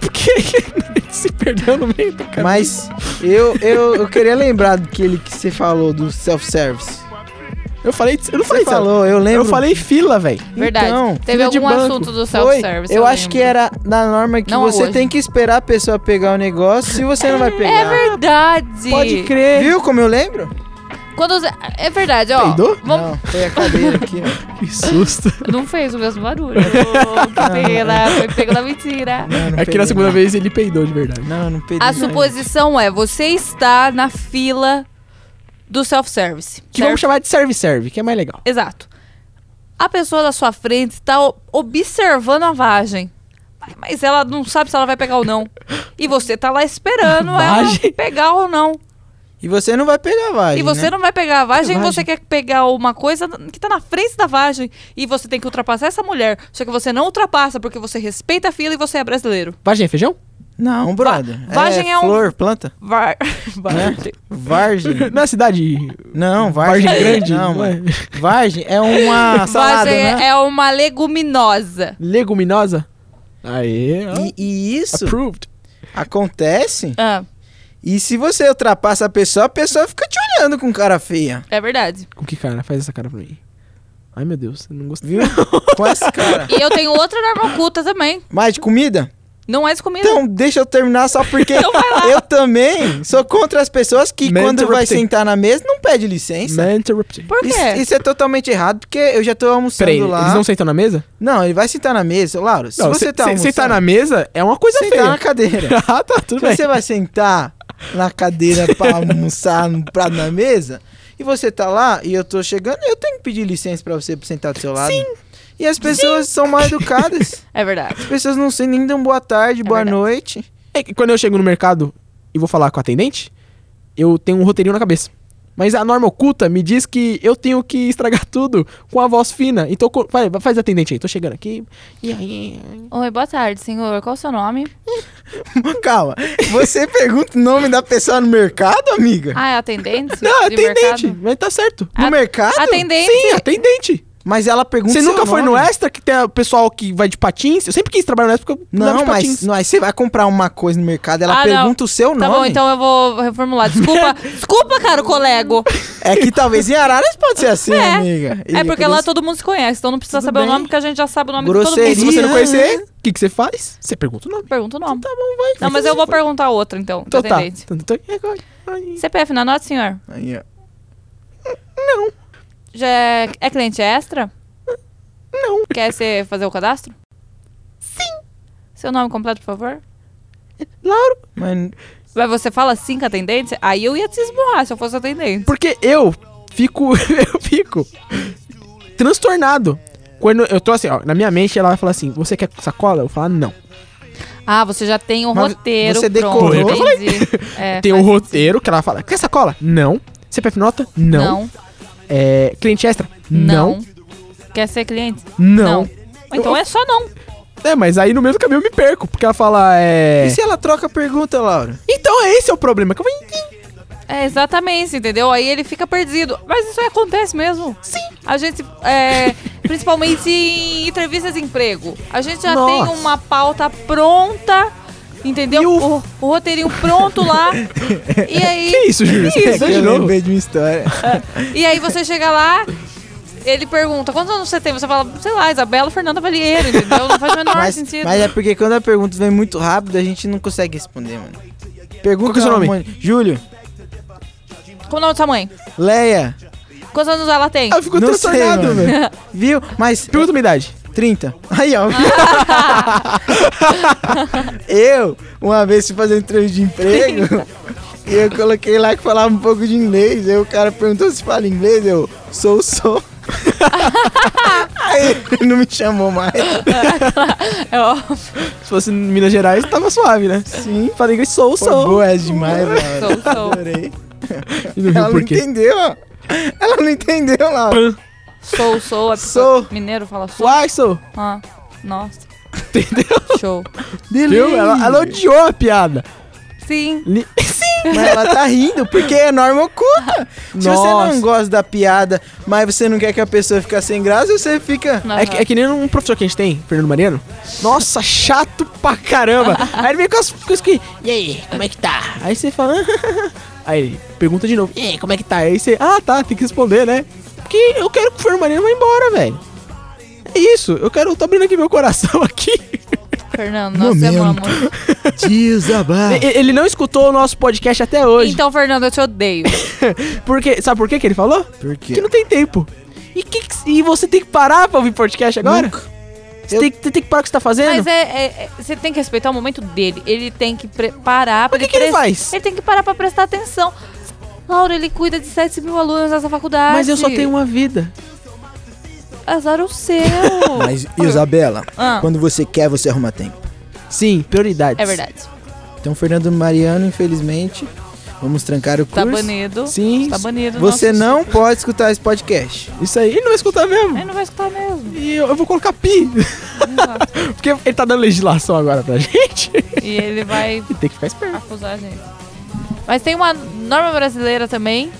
*laughs* Se perdeu no meio do caminho.
Mas eu, eu, eu queria lembrar daquele que você falou do self-service.
Eu falei, eu não
falei falou, eu lembro.
Eu falei fila, velho.
Verdade.
Então,
Teve algum assunto do self-service.
Eu,
eu
acho
lembro.
que era na norma que
Não
você
hoje.
tem que esperar a pessoa pegar o negócio se você não vai pegar.
É verdade.
né? Pode crer. Viu como eu lembro?
Quando os- É verdade, ó.
Peidou?
Vamos...
Não, foi a cadeira aqui.
Que susto.
Não fez o mesmo
*laughs*
barulho. Ô, que pena, foi pego na mentira.
*laughs* É que na segunda vez ele peidou de verdade.
tá, Não, eu não peidei.
A suposição é, você está na fila do self-service.
Que vamos
certo?
chamar de serve-serve, que é mais legal.
Exato. A pessoa da sua frente está o- observando a vagem. Mas- Mas ela não sabe se ela vai pegar ou não. E você tá lá esperando
*laughs*
ela
Vagem?
pegar ou não.
E você não vai pegar a vagem,
E você
né?
não vai pegar a vagem,
Vagem.
você quer pegar uma coisa que tá na frente da vagem. E você tem que ultrapassar essa mulher. Só que você não ultrapassa, porque você respeita a fila e você é brasileiro.
Vagem é feijão?
Não, brother.
vagem é um-
flor, planta.
*laughs* Var...
Né? Vargem.
*laughs* Na cidade.
Não, vargem.
Vargem grande?
Não,
Não é?
mano. Vargem é uma salada,
vagem
né?
é uma leguminosa.
Leguminosa? Aê. ó.
E, e isso
Approved.
acontece.
Ah,
E se você ultrapassa a pessoa, a pessoa fica te olhando com cara feia.
é verdade.
Com que cara? Faz essa cara pra mim. Ai, meu Deus, eu não *laughs* gostei.
Viu? Com essa cara.
E eu tenho outra
*laughs*
norma oculta também.
Mais de comida?
Não é de comida.
Então, deixa eu terminar só
*laughs*
porque eu também sou contra as pessoas que
Me
quando vai
interrupting.
sentar na mesa não pede licença.
Man interrupting.
Por quê?
Isso, isso é totalmente errado, porque eu já tô almoçando
Peraí,
lá.
eles não sentam na mesa?
Não, ele vai sentar na mesa. Lauro, se
Não,
você
se-
tá
se-
almoçando...
Sentar na mesa é uma coisa
sentar
feia.
na cadeira.
*laughs* ah, tá, tudo
Se
bem.
você vai sentar na *laughs* cadeira pra almoçar no prato na mesa, e você tá lá e eu tô chegando, eu tenho que pedir licença pra você pra sentar do seu lado. Sim. E as pessoas são mal *laughs* educadas.
É verdade.
As pessoas não sei nem dão boa tarde, boa
verdade.
noite.
É que quando eu chego no mercado e vou falar com o atendente, eu tenho um roteirinho na cabeça. Mas a norma oculta me diz que eu tenho que estragar *laughs* tudo com a voz fina. Então, co- vai, vai- faz atendente aí, tô chegando aqui. E aí?
Oi, boa tarde, senhor. Qual o seu nome?
*laughs* Calma. Você pergunta o nome da pessoa no mercado, amiga?
Ah, é
*laughs*
atendente?
Não,
de
atendente.
mercado?
Mas tá certo.
No
a-
mercado?
Atendente.
Sim, atendente.
Mas ela pergunta
Você
seu
nunca foi no
nome.
Extra que tem o pessoal que vai de patins? Eu sempre quis trabalhar no Extra porque eu andava
Não,
de patins.
mas não, aí você vai comprar uma coisa no mercado, ela
Ah, não.
pergunta o seu
Tá
nome.
bom, então eu vou reformular.
*laughs*
Desculpa, desculpa, caro colego.
É que talvez em Araras pode ser assim,
*laughs* É.
amiga. E
É porque
por
lá
isso-
todo mundo se conhece, então não precisa
Tudo
saber
bem.
o nome, porque a gente já sabe o nome
Grosseria.
E
de todo
se
mundo.
você não conhecer, o que, que você faz? Você pergunta o nome.
Pergunta o
Então
nome.
Tá bom, vai.
Não, mas eu vou perguntar outra, então. do
Então tá.
atendente.
Então, então, é agora. Ai,
CPF na nota, senhor?
Aí, ó.
Não.
Já é, é cliente extra?
Não.
Quer ser fazer o cadastro? Sim. Seu nome completo, por favor?
Lauro.
Mas
Mas você fala sim com a atendente? Aí eu ia te esborrar se eu fosse atendente.
Porque eu fico. *laughs* eu fico. transtornado. Quando eu tô assim, ó, na minha mente ela vai falar assim: você quer sacola? Eu vou falar não.
Ah, você já tem o
Mas
roteiro.
você
pronto,
decorou. Eu
falei.
entendi.
*laughs*
É,
Tem o
faz-
roteiro que ela fala: quer sacola? Não. CPF nota? Não.
Não.
É, cliente extra?
Não.
Não.
Quer ser cliente?
Não.
Então é só não.
É, mas aí no mesmo caminho eu me perco, porque ela fala: é.
E se ela troca a pergunta, Laura?
Então esse é o problema. Que eu vou...
É exatamente, entendeu? Aí ele fica perdido. Mas isso aí acontece mesmo. Sim. A gente, é, principalmente em entrevistas de emprego, a gente já
Nossa.
tem uma pauta pronta, entendeu?
E
o...
o-
O, roteirinho
*laughs*
pronto lá. e aí.
Que isso, Júlio? Você
É que
quer de
eu
novo?
lembrei de uma história.
E aí você chega lá. Ele pergunta, quantos anos você tem? Você fala, sei lá, Isabela Fernanda Valieiro, entendeu? Não faz o menor
Mas,
sentido.
mas é porque quando a pergunta vem muito rápido, a gente não consegue responder, mano. Pergunta
Qual que é o seu
um
nome?
monte- Júlio.
é-
Qual o nome da sua mãe?
Leia.
Quantos anos ela tem?
Eu fico transtornado, velho. Viu? Mas. Pergunta minha idade. 30. Aí, *laughs* ó. eu, uma vez, fui fazer um treino de emprego. e eu coloquei lá que falava um pouco de inglês. Aí o cara perguntou se fala inglês. Eu, sou, sou. Aí ele não me chamou mais.
É,
Se fosse em Minas Gerais, tava suave, né? Sim. Falei inglês, sou,
Pô,
sou.
boa, é demais, velho. Sou, sou.
Adorei. E não
Ela
viu
não
por quê?
entendeu, ó. Ela não entendeu lá.
Sou, sou. É porque
Sou.
Mineiro fala sou.
Uai, sou.
Ah, nossa. Show.
Viu? Ela, ela odiou a piada.
Sim.
Sim. Mas ela tá rindo, porque é norma oculta. Se você não
Nossa.
gosta da piada, mas você não quer que a pessoa fique sem graça, você fica.
É, que- é que nem um professor que a gente tem, Fernando Mariano. Nossa, chato pra caramba. Aí ele vem com as coisas que. E aí, como é que tá? Aí você fala. *laughs* Aí ele pergunta de novo. E aí, como é que tá? Aí você. Ah, tá, tem que responder, né? Porque eu quero que o Fernando Mariano vá embora, velho. É isso, eu quero. Eu tô abrindo aqui meu coração *laughs* aqui.
Fernando, nós temos amor.
Desabafo.
E- Ele não escutou o nosso podcast até hoje.
Então, Fernando, eu te odeio.
Então-
Porque, sabe por que que ele falou?
Por quê?
Porque não tem tempo. E, que que- e você tem que parar pra ouvir podcast agora? Você tem, que- tem que parar o que você tá fazendo?
Mas é, é- é- você tem que respeitar o momento dele. Ele tem que pre- parar pra
Mas o que que ele
pres-
faz?
Ele tem que parar pra prestar atenção. Laura, ele cuida de 7 mil alunos dessa faculdade.
Mas eu só tenho uma vida.
Azar o seu.
Mas, Isabela,
Ah.
quando você quer, você arruma tempo.
Sim, prioridades.
É verdade.
Então, Fernando Mariano, infelizmente, vamos trancar o
Tá
curso.
banido.
Sim.
Tá banido.
Você
nossa.
não pode escutar esse *laughs* podcast.
Isso aí, ele não vai escutar mesmo.
Ele não vai escutar mesmo.
E eu, eu vou colocar pi. Porque ele tá dando legislação agora pra gente.
E ele vai
Tem que ficar esperto.
acusar a gente. Mas tem uma norma brasileira também,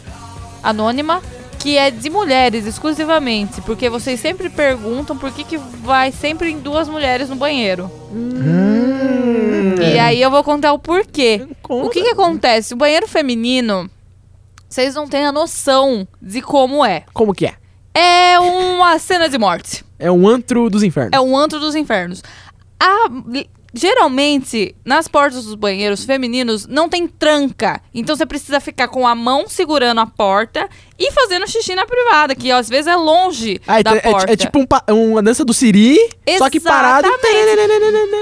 anônima, que é de mulheres exclusivamente. Porque vocês sempre perguntam por que, que vai sempre em duas mulheres no banheiro. E aí eu vou contar o porquê. O que, que acontece? O banheiro feminino, vocês não têm a noção de como é.
Como que é?
É uma cena de morte.
É um antro dos infernos.
É um antro dos infernos. A- li- geralmente, nas portas dos banheiros femininos, não tem tranca. Então você precisa ficar com a mão segurando a porta e fazendo xixi na privada, que ó, às vezes é longe
Ah, então
da
é,
porta.
é tipo um pa- uma dança do Siri, só que parado.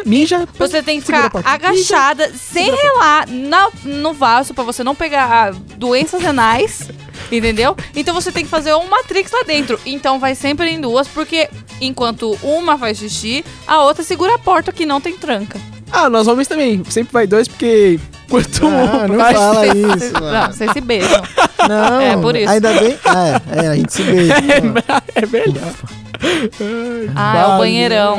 Ninja.
Você tem que
segura a
ficar
porta.
agachada, sem relar na- no vaso pra você não pegar doenças renais, entendeu? Então você tem que fazer um matrix lá dentro. Então vai sempre em duas, porque enquanto uma faz xixi, a outra segura a porta que não tem tranca.
Ah, nós homens também. Sempre vai dois, porque quanto
Ah,
um
não *laughs*
mais-
fala
Vocês-
isso,
Não,
mano.
vocês se beijam.
Não,
É por isso.
ainda *laughs* bem. Ah, é, é, a gente se beija.
É verdade.
Ah, é o banheirão.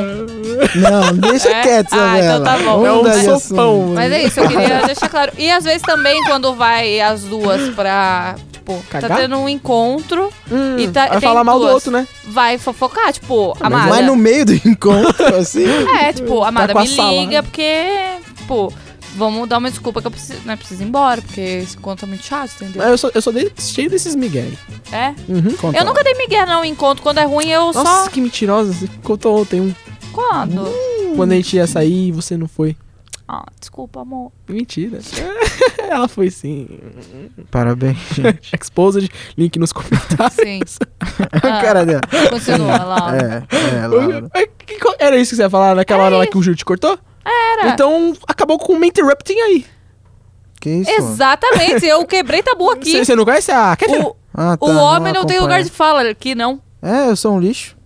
Não, deixa
É?
quieto,
Ah,
Isabela.
então tá bom.
Vamos assim.
É um
mudar de
sopão,
assunto.
Mas é isso,
*laughs*
eu queria deixar claro. E às vezes também, quando vai as duas pra. Tipo, tá
Cagar?
tendo um encontro e tá.
vai
tem
falar mal do
duas.
outro, né?
Vai fofocar, tipo,
Mas,
amada.
mas no meio do encontro, assim.
É, tipo, amada,
com a
me
sala, né?
liga, porque. Tipo, vamos dar uma desculpa que eu preciso. Né, preciso ir embora, porque esse encontro é muito chato, entendeu?
Mas Eu sou, eu sou de- cheio desses migué. aí.
É.
Uhum.
Eu nunca dei migué, não, em encontro. Quando é ruim, eu
Nossa,
só. Hum.
que mentirosa. Você contou ontem um.
Quando?
Quando a gente ia sair e você não foi.
Ah, desculpa, amor.
Mentira. *laughs* Ela foi sim. *laughs*
Parabéns.
Exposed, link nos
*laughs*
comentários.
Sim.
*laughs*
Ah,
Cara dela.
Continua, Laura.
*laughs* É, é,
*laughs*
Laura.
Mas que co- Era isso que você ia falar naquela hora lá que o Júlio te cortou?
Era.
Então acabou com uma interrupting aí.
Que isso? mano?
Exatamente, eu quebrei tabu aqui.
Você você não conhece a Kéfera?
O,
Ah, tá,
o homem não,
acompanha.
tem lugar de fala aqui, não.
É, eu sou um lixo.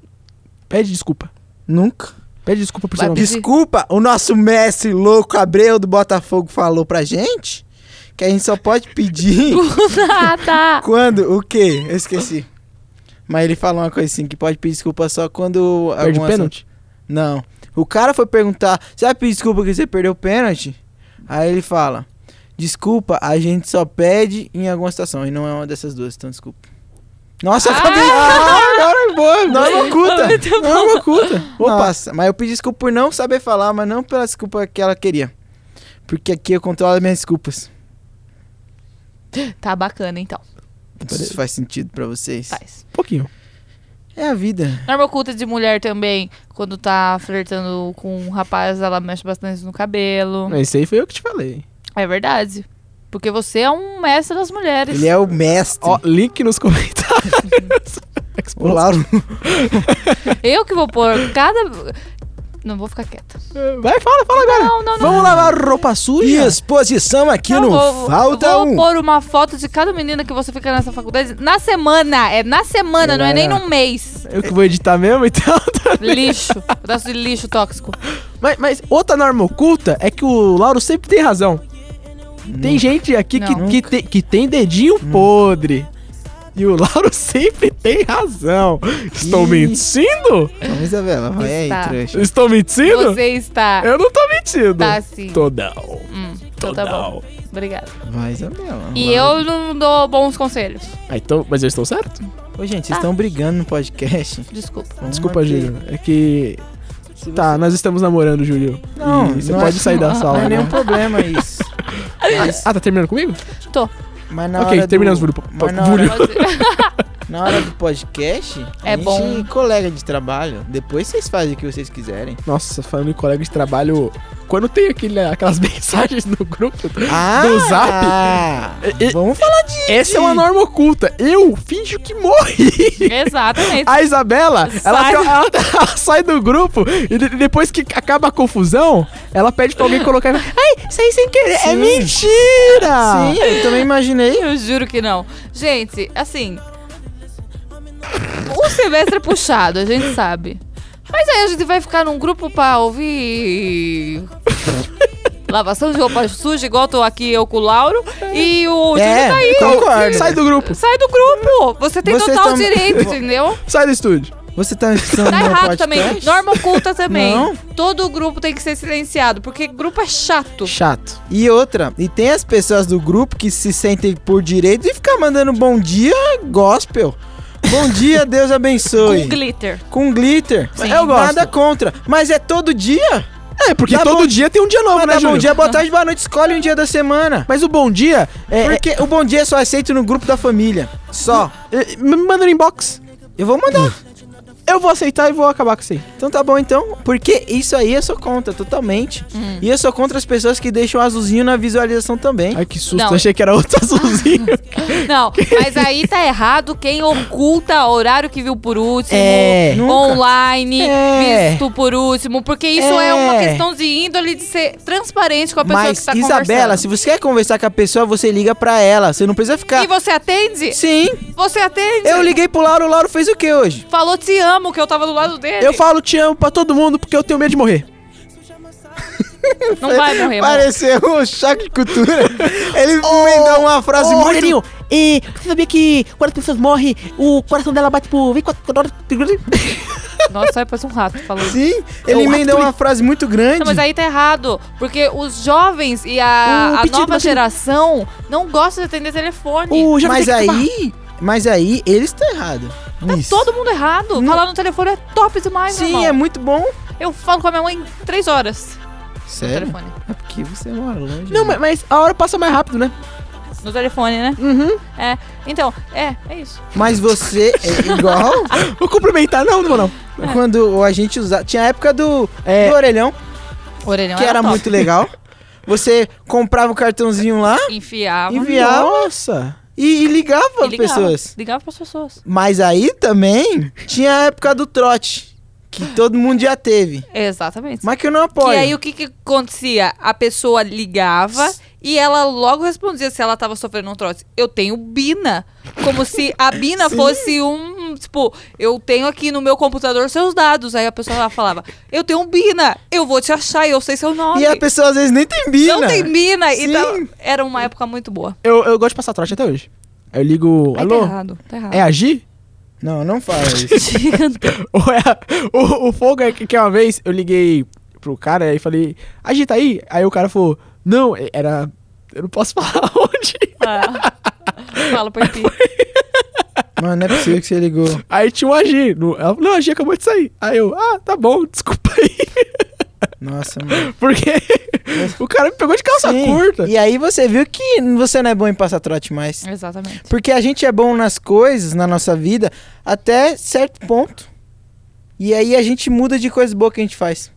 Pede desculpa.
Nunca.
Pede desculpa por seu
Vai
nome.
pedir.
Desculpa, o nosso mestre louco Abreu do Botafogo falou pra gente que a gente só pode pedir *laughs*
*laughs* ah, tá.
quando o quê? Eu esqueci. Mas ele falou uma coisa assim, que pode pedir desculpa só quando...
Perde
alguma
pênalti?
Não. O cara foi perguntar, você vai pedir desculpa que você perdeu o pênalti? Aí ele fala, desculpa, a gente só pede em alguma situação, e não é uma dessas duas, então desculpa. Nossa, eu acabei...
Ah, agora é boa.
Não é oculta, não é
*laughs*
oculta.
Opa.
Nossa, mas eu pedi desculpa por não saber falar, mas não pela desculpa que ela queria. Porque aqui eu controlo as minhas desculpas.
Tá bacana, então.
Isso faz sentido pra vocês.
Faz.
Pouquinho.
É a vida.
Norma oculta de mulher também, quando tá flertando com um rapaz, ela mexe bastante no cabelo.
Mas isso aí foi eu que te falei.
É verdade. Porque você é um mestre das mulheres.
Ele é o mestre.
Ó, link nos
*laughs*
comentários.
o Lauro.
Eu que vou pôr cada. Não vou ficar quieta.
Vai, fala, fala agora.
Não, não, não.
Vamos lavar roupa suja?
Exposição aqui
Não,
no
vou,
Falta
vou
um.
pôr uma foto de cada menina que você fica nessa faculdade na semana. É na semana, não é nem num mês.
Eu que vou editar mesmo, então. *laughs*
Lixo. Pedaço de lixo tóxico.
Mas, mas outra norma oculta é que o Lauro sempre tem razão. Tem gente aqui
Hum. Não. Hum.
que, que, te- que tem dedinho podre. E o Lauro *laughs* sempre tem razão. Estou
Ih.
mentindo?
Vamos, Isabela, vai aí,
Está.
trouxa.
Estou mentindo?
Você está.
Eu não tô mentindo.
Tá sim.
Tô não.
Hum, então tá bom. Obrigada.
Vai, tá Isabela.
E eu não dou bons conselhos.
Ah, então, mas eu estou certo?
Ô, gente,
Ah.
vocês estão brigando no
*laughs*
podcast.
Desculpa.
Vamos
Desculpa,
manter.
Júlio. É que. Tá, nós estamos namorando, Júlio.
Não,
E você
não
pode
é-
sair da sala.
Não é
né?
nenhum
Tá
problema isso. Mas,
Ah, tá terminando comigo?
Tô.
mas na
ok,
hora
terminamos,
do,
Júlio.
mas na hora, na hora do podcast, a
É
gente
bom.
colega de trabalho. Depois vocês fazem o que vocês quiserem.
Nossa, falando em colega de trabalho, quando tem aquele, aquelas *laughs* mensagens no grupo
Ah!
do zap, e-
Vamos falar disso.
essa é uma norma oculta. Eu finjo que
*laughs*
morri. *laughs*
Exatamente.
A Isabela, ela,
Sai.
ela- ela- ela sai do grupo e de- depois que acaba a confusão, ela pede pra alguém colocar. Ai, saí sem querer. É
Sim.
Ah.
mentira!
Sim, eu também imaginei.
Eu juro que não. Gente, assim. O semestre é puxado, a gente sabe. Mas aí a gente vai ficar num grupo
*laughs*
pra ouvir. Lavação de roupa suja, igual tô aqui eu com o Lauro. E o Júlio
É,
tá aí.
concordo.
Sai do grupo,
Sai do grupo! Você tem
Vocês
total
tão-
direito, entendeu?
sai do estúdio.
Você tá escutando
Tá
meu
errado
podcast?
também. Norma oculta também.
Não.
Todo grupo tem que ser silenciado, porque grupo é chato.
Chato.
E outra, e tem as pessoas do grupo que se sentem por direito de ficar mandando bom dia gospel. Bom dia, Deus abençoe.
Com glitter.
Com glitter.
Sim.
Eu gosto. Nada contra. Mas é todo dia?
É, porque
Dá
todo
bom-
dia tem um dia novo,
Mas
né,
dá bom
Júlio?
dia, boa tarde, boa noite. Escolhe um dia da semana.
Mas o bom dia é.
Porque o bom dia só é aceito no grupo da família. Só.
é- me manda no inbox.
Eu vou mandar.
*laughs* Eu vou aceitar e vou acabar com isso aí.
Então tá bom então, porque isso aí eu sou contra totalmente.
Hum.
E eu sou contra as pessoas que deixam azulzinho na visualização também.
Ai, que susto.
Não.
Achei que era outro *laughs*
*laughs*
azulzinho.
*laughs*
Não, mas aí tá errado quem oculta horário que viu por último,
É.
Nunca.
online,
É.
visto por último, porque isso é.
É.
uma questão de índole de ser transparente com a pessoa
Mas
que tá
Isabela, se
conversando.
você quer conversar com a pessoa, você liga pra ela. Você não precisa ficar.
E você atende?
Sim.
Você atende?
Eu liguei pro Lauro, o Lauro fez o que hoje?
Falou te amo, que eu tava do lado dele.
Eu falo te amo pra todo mundo porque eu tenho medo de morrer.
Não vai morrer, amor.
Pareceu um choque de cultura. Ele emendou uma frase
Ô,
muito.
Rogerinho, e você sabia que quando as pessoas morrem, o coração dela bate por 24 horas?
Nossa, aí parece um rato falando.
Sim, ele
Eu
emendou
acho
uma frase muito grande.
Não, mas aí tá errado, porque os jovens e a,
O
a
pedido
nova
batido.
geração não gostam de atender telefone.
O jovem
Mas
tem que
aí, mas aí ele está errado.
Tá
nisso.
todo mundo errado. Falar no telefone é top demais, meu
Sim,
irmão.
é muito bom.
Eu falo com a minha mãe em três horas no
Sério?
telefone.
É porque você mora longe.
Não,
né?
mas, mas a hora passa mais rápido, né?
No telefone, né?
Uhum.
É. Então, é, é isso.
mas você
*laughs*
é igual
Vou cumprimentar. tá. Não, não vou não.
quando a gente usava. Tinha a época do,
É.
do orelhão,
Orelhão
que era
top.
muito legal. Você comprava o cartãozinho lá
Enfiava.
Enviava.
Nossa.
e, e ligava
e
as pessoas.
Ligava pras pessoas.
Mas aí também tinha a época do trote, que todo mundo já teve.
Exatamente.
Mas que eu não
e
apoio.
aí o que que acontecia? A pessoa ligava e ela logo respondia se ela tava sofrendo um trote. Eu tenho Bina. Como se a
*laughs*
Bina fosse um... Tipo, eu tenho aqui no meu computador seus dados. Aí a pessoa lá falava, eu tenho Bina, eu vou te achar, eu sei seu nome.
E a pessoa às vezes nem tem bina.
Não tem Bina.
Sim.
Então, era uma época muito boa.
Eu, eu gosto de passar trote até hoje. Aí eu ligo.
Aí tá
Alô?
errado, tá errado.
É a Gi? *laughs*
Não, não fala isso.
*laughs*
Ou é a- o, o fogo é que, que uma vez eu liguei pro cara e falei, a Gi tá aí? Aí o cara falou, não, é- era. Eu não posso *laughs* falar onde.
Ah.
*laughs*
Fala, Pepe.
Mano, não é possível que você ligou.
Aí tinha um AG. No, ela falou, não, a AG acabou de sair. Aí eu, ah, tá bom, desculpa aí. *laughs*
Nossa, mano.
Porque o cara me pegou de calça
Sim.
curta. *laughs*
E aí você viu que você não é bom em passar trote mais.
Exatamente.
Porque a gente é bom nas coisas, na nossa vida, até certo ponto. E aí a gente muda de coisa boa que a gente faz.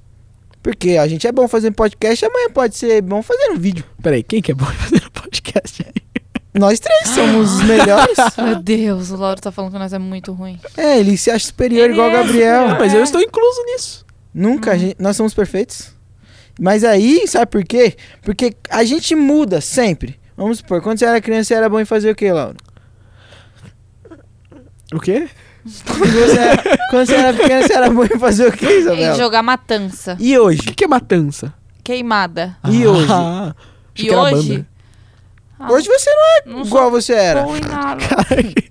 Porque a gente é bom fazendo podcast, amanhã pode ser bom fazendo vídeo.
Peraí, quem que é bom em fazer um podcast?
podcast aí. Nós três somos os melhores.
Meu Deus, o Lauro tá falando que nós é muito ruim.
É, ele se acha superior
Ele
igual o
é
Ah,
Gabriel.
superior, Mas eu é. estou
incluso nisso. Nunca, a gente- nós somos perfeitos. Mas aí, sabe por quê? Porque a gente muda sempre. Vamos supor, quando você era criança, você era bom em fazer o quê,
*laughs*
Lauro?
O quê?
Quando você era, quando você era pequena, você era bom em fazer o quê,
E
Isabela?
jogar matança.
E hoje?
O que, que é matança?
Queimada.
E hoje?
Ah, achei que
E
era
hoje?
banda.
Ah,
Hoje você não é
não
igual
sou
você era.
boa em nada.
*laughs*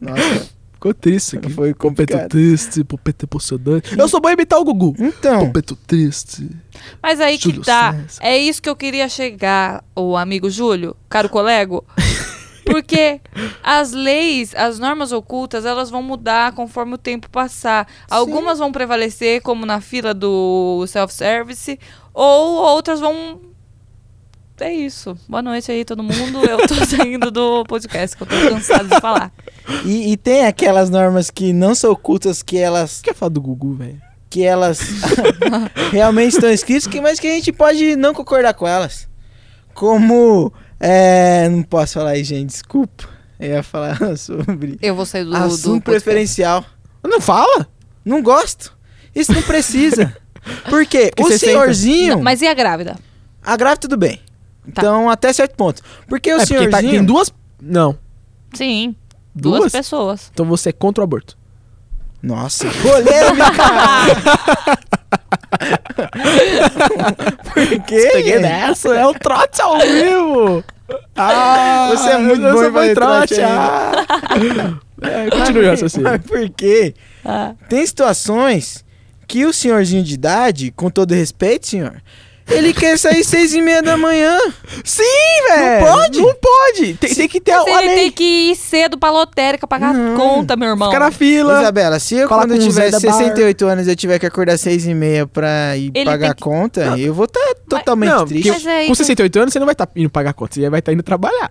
Ficou triste aqui.
Foi
Pompeto
complicado.
triste, pompeto emocionante. Eu sou bom em imitar o Gugu.
Então.
Pompeto triste.
Mas aí que
Júlio
tá. É isso que eu queria chegar, o amigo Júlio, caro
*laughs*
colego. Porque as leis, as normas ocultas, elas vão mudar conforme o tempo passar. Algumas vão prevalecer, como na fila do self-service, ou outras vão. É isso. Boa noite aí, todo mundo.
*laughs*
Eu tô saindo do podcast, que eu tô cansado de falar.
E, e tem aquelas normas que não são ocultas, que elas.
Quer falar do Gugu, velho?
Que elas *laughs* realmente estão escritas, que, mas que a gente pode não concordar com elas. Como. É, não posso falar aí, gente, desculpa. Eu ia falar *laughs* sobre.
Eu vou sair do.
assunto
do podcast.
preferencial.
Não fala?
Não gosto. Isso não
*laughs*
precisa. Por quê?
Porque
o
você senta-
senhorzinho.
Não, mas e a grávida?
A grávida, tudo bem. Então, até certo ponto. Porque o
Tá. é porque
senhorzinho.
tá, tem duas. Não.
Sim.
Duas?
Duas pessoas.
Então você é contra o aborto.
Nossa,
*laughs*
polêmica! *laughs* Por quê?
Peguei nessa, é o trote ao vivo! *laughs* Ah,
Você é muito
eu
bom
sou
em fazer trote
ah. É, continue o raciocínio.
Mas por quê?
É.
Tem situações que o senhorzinho de idade, com todo respeito, senhor, ele quer sair *laughs* seis e meia da manhã.
Sim, velho!
Não pode!
Não pode! Tem, tem que ter a
Mas ele
lei.
tem que ir cedo pra lotérica pagar a conta, meu irmão.
Fica na fila.
Isabela, se eu
Cola
quando eu
com o Zé
tiver
da Bar.
68 anos eu tiver que acordar seis e meia pra ir
Ele
pagar
tem
a
que-
conta, eu vou estar totalmente
Não,
triste.
porque
Mas aí
é- com
que-
68 anos você não vai estar indo pagar a conta, você vai estar indo trabalhar.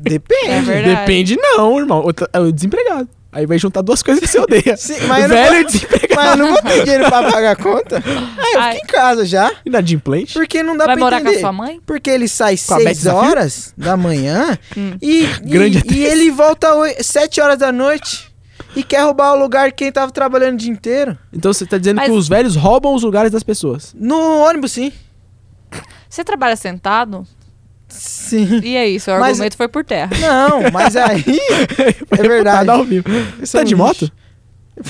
Depende.
É verdade.
Depende não, irmão. Eu tá- Eu desempregado. Aí vai juntar duas coisas que você odeia.
Sim, mas eu não
Velho e
vou- *laughs*
desempregado.
Mas eu não vou ter dinheiro pra pagar a
*laughs*
conta. Aí eu
Ai.
fico em casa já.
Inadimplente.
Porque não dá
Vai
pra
morar
entender.
com a sua mãe?
Porque ele sai
Com a Beth
6
Zafir?
horas da
*laughs*
manhã
Hum.
e, e-
Grande
e,
atriz.
ele volta 7 horas da noite e quer roubar o lugar que quem tava trabalhando o dia inteiro.
Então você tá dizendo
Mas-
que os velhos roubam os lugares das pessoas.
No ônibus, sim.
Você trabalha sentado?
Sim.
E é isso, o
Mas-
argumento foi
*laughs*
por terra.
*laughs*
Não, mas aí. é
Tá
verdade.
ao vivo.
Isso é
Tá de
um
moto? Tá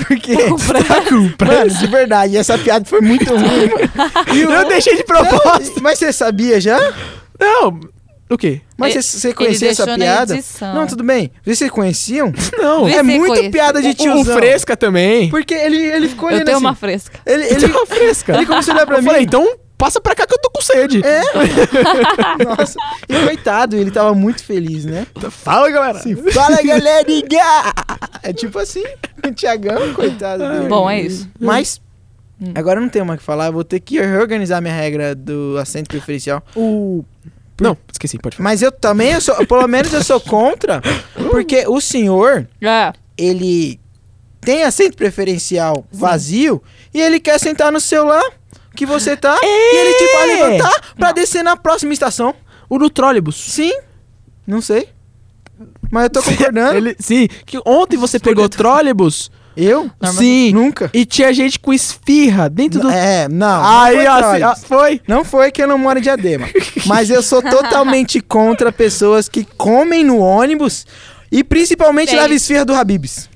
Porque.
*laughs*
*laughs*
Comprar.
Mano, de verdade, essa piada foi muito ruim. mano. E o-
Eu deixei de propósito.
*laughs* Mas você sabia já?
Não. O quê?
Mas
Ele-
você, você
ele
conhecia essa
deixou na
piada?
edição.
Não, tudo bem. Vocês conheciam?
Não.
Vê
é
se você
muito
conhece.
piada de
O, o
tiozão.
fresca também.
Porque ele, ele ficou
Eu
olhando
tenho
assim.
uma fresca. *laughs*
Ele, ele,
Ele é fresca.
ele começou a olhar pra
eu
mim.
falei, então passa pra cá que eu tô com sede.
É? Nossa. E coitado, ele tava muito feliz, né?
Então, Fala, galera.
Fala, galerinha! É tipo assim, o Tiagão, coitado dele.
Bom, é isso.
Mas, agora eu não tenho mais o que falar. eu Vou ter que reorganizar minha regra do assento preferencial.
O... Não, esqueci, pode falar.
Mas eu também, eu sou, pelo menos eu sou contra, porque o senhor,
É.
ele tem assento preferencial vazio e ele quer sentar no seu lá que você tá e ele te vai levantar pra descer na próxima estação.
O do trólebus.
Sim, não sei. Mas eu *laughs* tô concordando.
Ele, sim, que ontem você pegou trólebus
Eu?
Sim.
Nunca.
e tinha gente com esfirra dentro do...
É, não. não
Aí,
foi
ó,
trolls.
assim, ó, foi.
Não foi que eu não moro em Diadema. mas eu sou totalmente contra pessoas que comem no ônibus e principalmente
Tem.
leva esfirra do Habibs.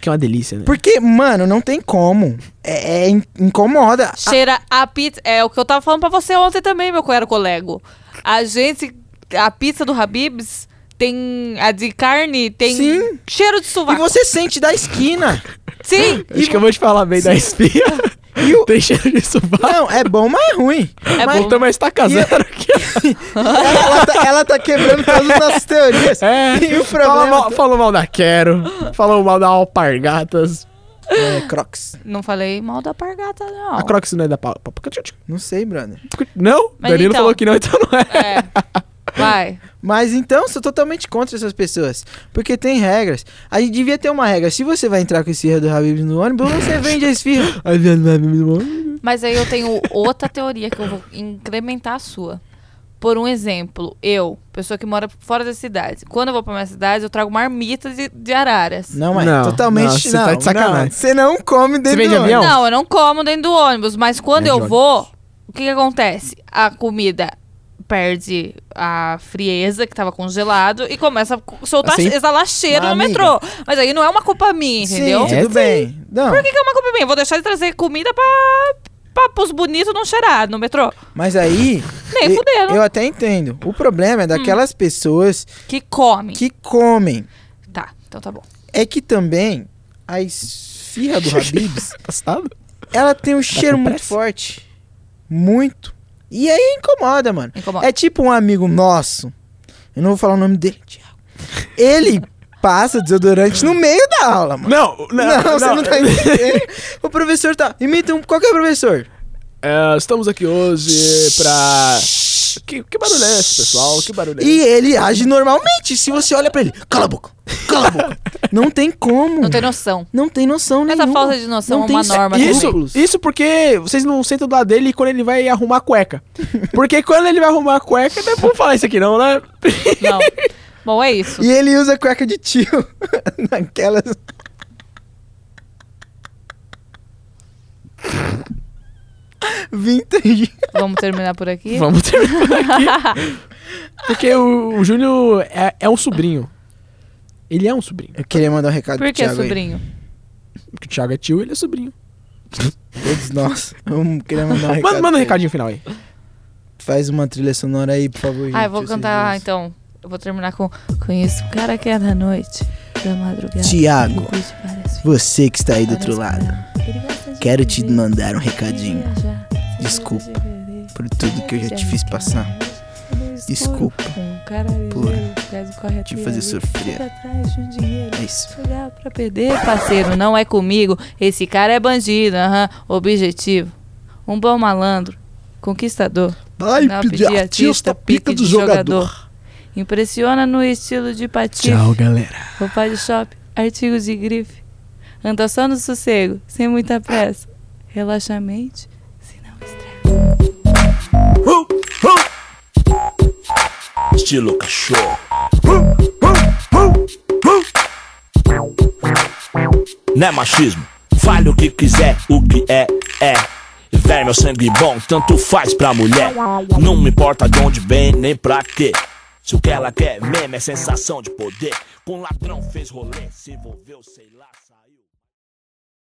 Que é uma delícia, né?
Porque, mano, não tem como. É, é in- incomoda.
Cheira a pizza. É o que eu tava falando pra você ontem também, meu caro colego. A gente. A pizza do Habibs tem. A de carne tem
Sim.
cheiro de
E
sovaco.
você sente da esquina. *laughs*
Sim!
Acho que eu vou te falar bem da *laughs* espinha.
E o-
Tem cheiro de sovaco.
Não, é bom, mas é ruim.
É
mas
bom.
Então, mas tá casando aqui.
Ela, ela tá, ela tá quebrando todas as nossas teorias.
*laughs* É.
E o
Fala
problema...
mal- falou mal da Quero. Falou mal da Alpargatas.
É, Crocs.
Não falei mal da pargata, não.
A Crocs não é da Paula.
Não sei, brother.
Não?
Mas
Danilo
então.
falou que não, então não é.
É. Vai.
Mas então, sou totalmente contra essas pessoas. Porque tem regras. A gente devia ter uma regra. Se você vai entrar com esfirra do Habib no ônibus, você vende a esfirra.
Ai, viado, vai, meu irmão.
Mas aí eu tenho outra teoria que eu vou incrementar a sua. Por um exemplo, eu, pessoa que mora fora da cidade, quando eu vou pra minha cidade, eu trago marmita de, de araras.
Não, mas
Não,
totalmente
não,
não.
você tá de sacanagem.
não. Você não come dentro
vende
do ônibus.
avião?
Não, eu não como dentro do ônibus, mas quando
Dentro
eu
de
vou, o que, que acontece? A comida perde a frieza que tava congelado e começa a co- soltar,
Assim?
exalar cheiro
Mas,
no
amiga-
metrô. Mas aí não é uma culpa minha,
É, Sim,
entendeu?
É assim.
tudo bem. Não.
Por que, que é uma culpa minha? Eu vou deixar de trazer comida pra, pra pros bonitos não cheirar no metrô.
Mas aí.
Nem Hum.
eu-
fudendo.
Eu até entendo. O problema é daquelas pessoas.
Que comem.
Que comem.
Tá, então tá bom.
É que também a esfirra
*laughs*
do Habibs.
Tá
Ela tem um cheiro muito forte. Muito. E aí incomoda, mano.
Incomoda.
É tipo um amigo nosso. Eu não vou falar o nome dele, Thiago. Ele passa desodorante no meio da aula, mano.
Não, não,
você
não.
não tá entendendo. o professor tá. Imita um. Qual que é o professor?
É, estamos aqui hoje pra. Que, que barulho é esse, pessoal? Que barulho é
E
esse?
ele age normalmente. Se você olha pra ele, cala a boca, cala a
*laughs*
boca. não tem como.
Não
*laughs*
tem noção.
Não tem noção nenhuma.
Essa falta de noção
Não
é uma
tem
norma.
Isso,
também.
isso porque vocês não sentam do lado dele quando ele vai arrumar a *laughs* cueca. Porque quando ele vai arrumar a cueca, não vou falar isso aqui não, *laughs* né?
Não. Bom, é isso.
E ele usa cueca de tio. *laughs* Naquelas. Vintage.
Vamos terminar por aqui?
Vamos terminar aqui. Porque o, o Júnior é, é um sobrinho. Ele é um sobrinho.
Eu queria mandar um recado
Por
pro
que,
Thiago aí.
sobrinho?
Porque o Thiago é tio, ele é sobrinho.
Todos nós. Eu queria mandar um recado.
Manda, manda um
pra ele.
recadinho final aí.
Faz uma trilha sonora aí, por favor.
Ah,
gente,
eu vou
vocês
cantar
dois.
então. Eu vou terminar com Conheço o cara que é da noite, da madrugada.
Tiago,
e curte várias
você que está aí do outro
Parece
lado, quero te mandar um recadinho. Desculpa por tudo que eu já te fiz passar. Desculpa por te fazer sofrer. É isso.
Pra perder, parceiro, não é comigo. Esse cara é bandido, aham. Objetivo. Um bom malandro. Conquistador.
Vai
Não,
pedir
pedir
artista, pica do jogador.
Impressiona no estilo de patife.
Tchau, galera.
Roupa de shopping, artigos de grife. Anda só no sossego, sem muita pressa. Relaxamente.
Estilo cachorro. Né machismo? Fale o que quiser, o que é, é. Véi, meu sangue bom, tanto faz pra mulher. Não me importa de onde vem, nem pra quê. Se o que ela quer mesmo é sensação de poder. Com ladrão fez rolê, se envolveu, sei lá, saiu.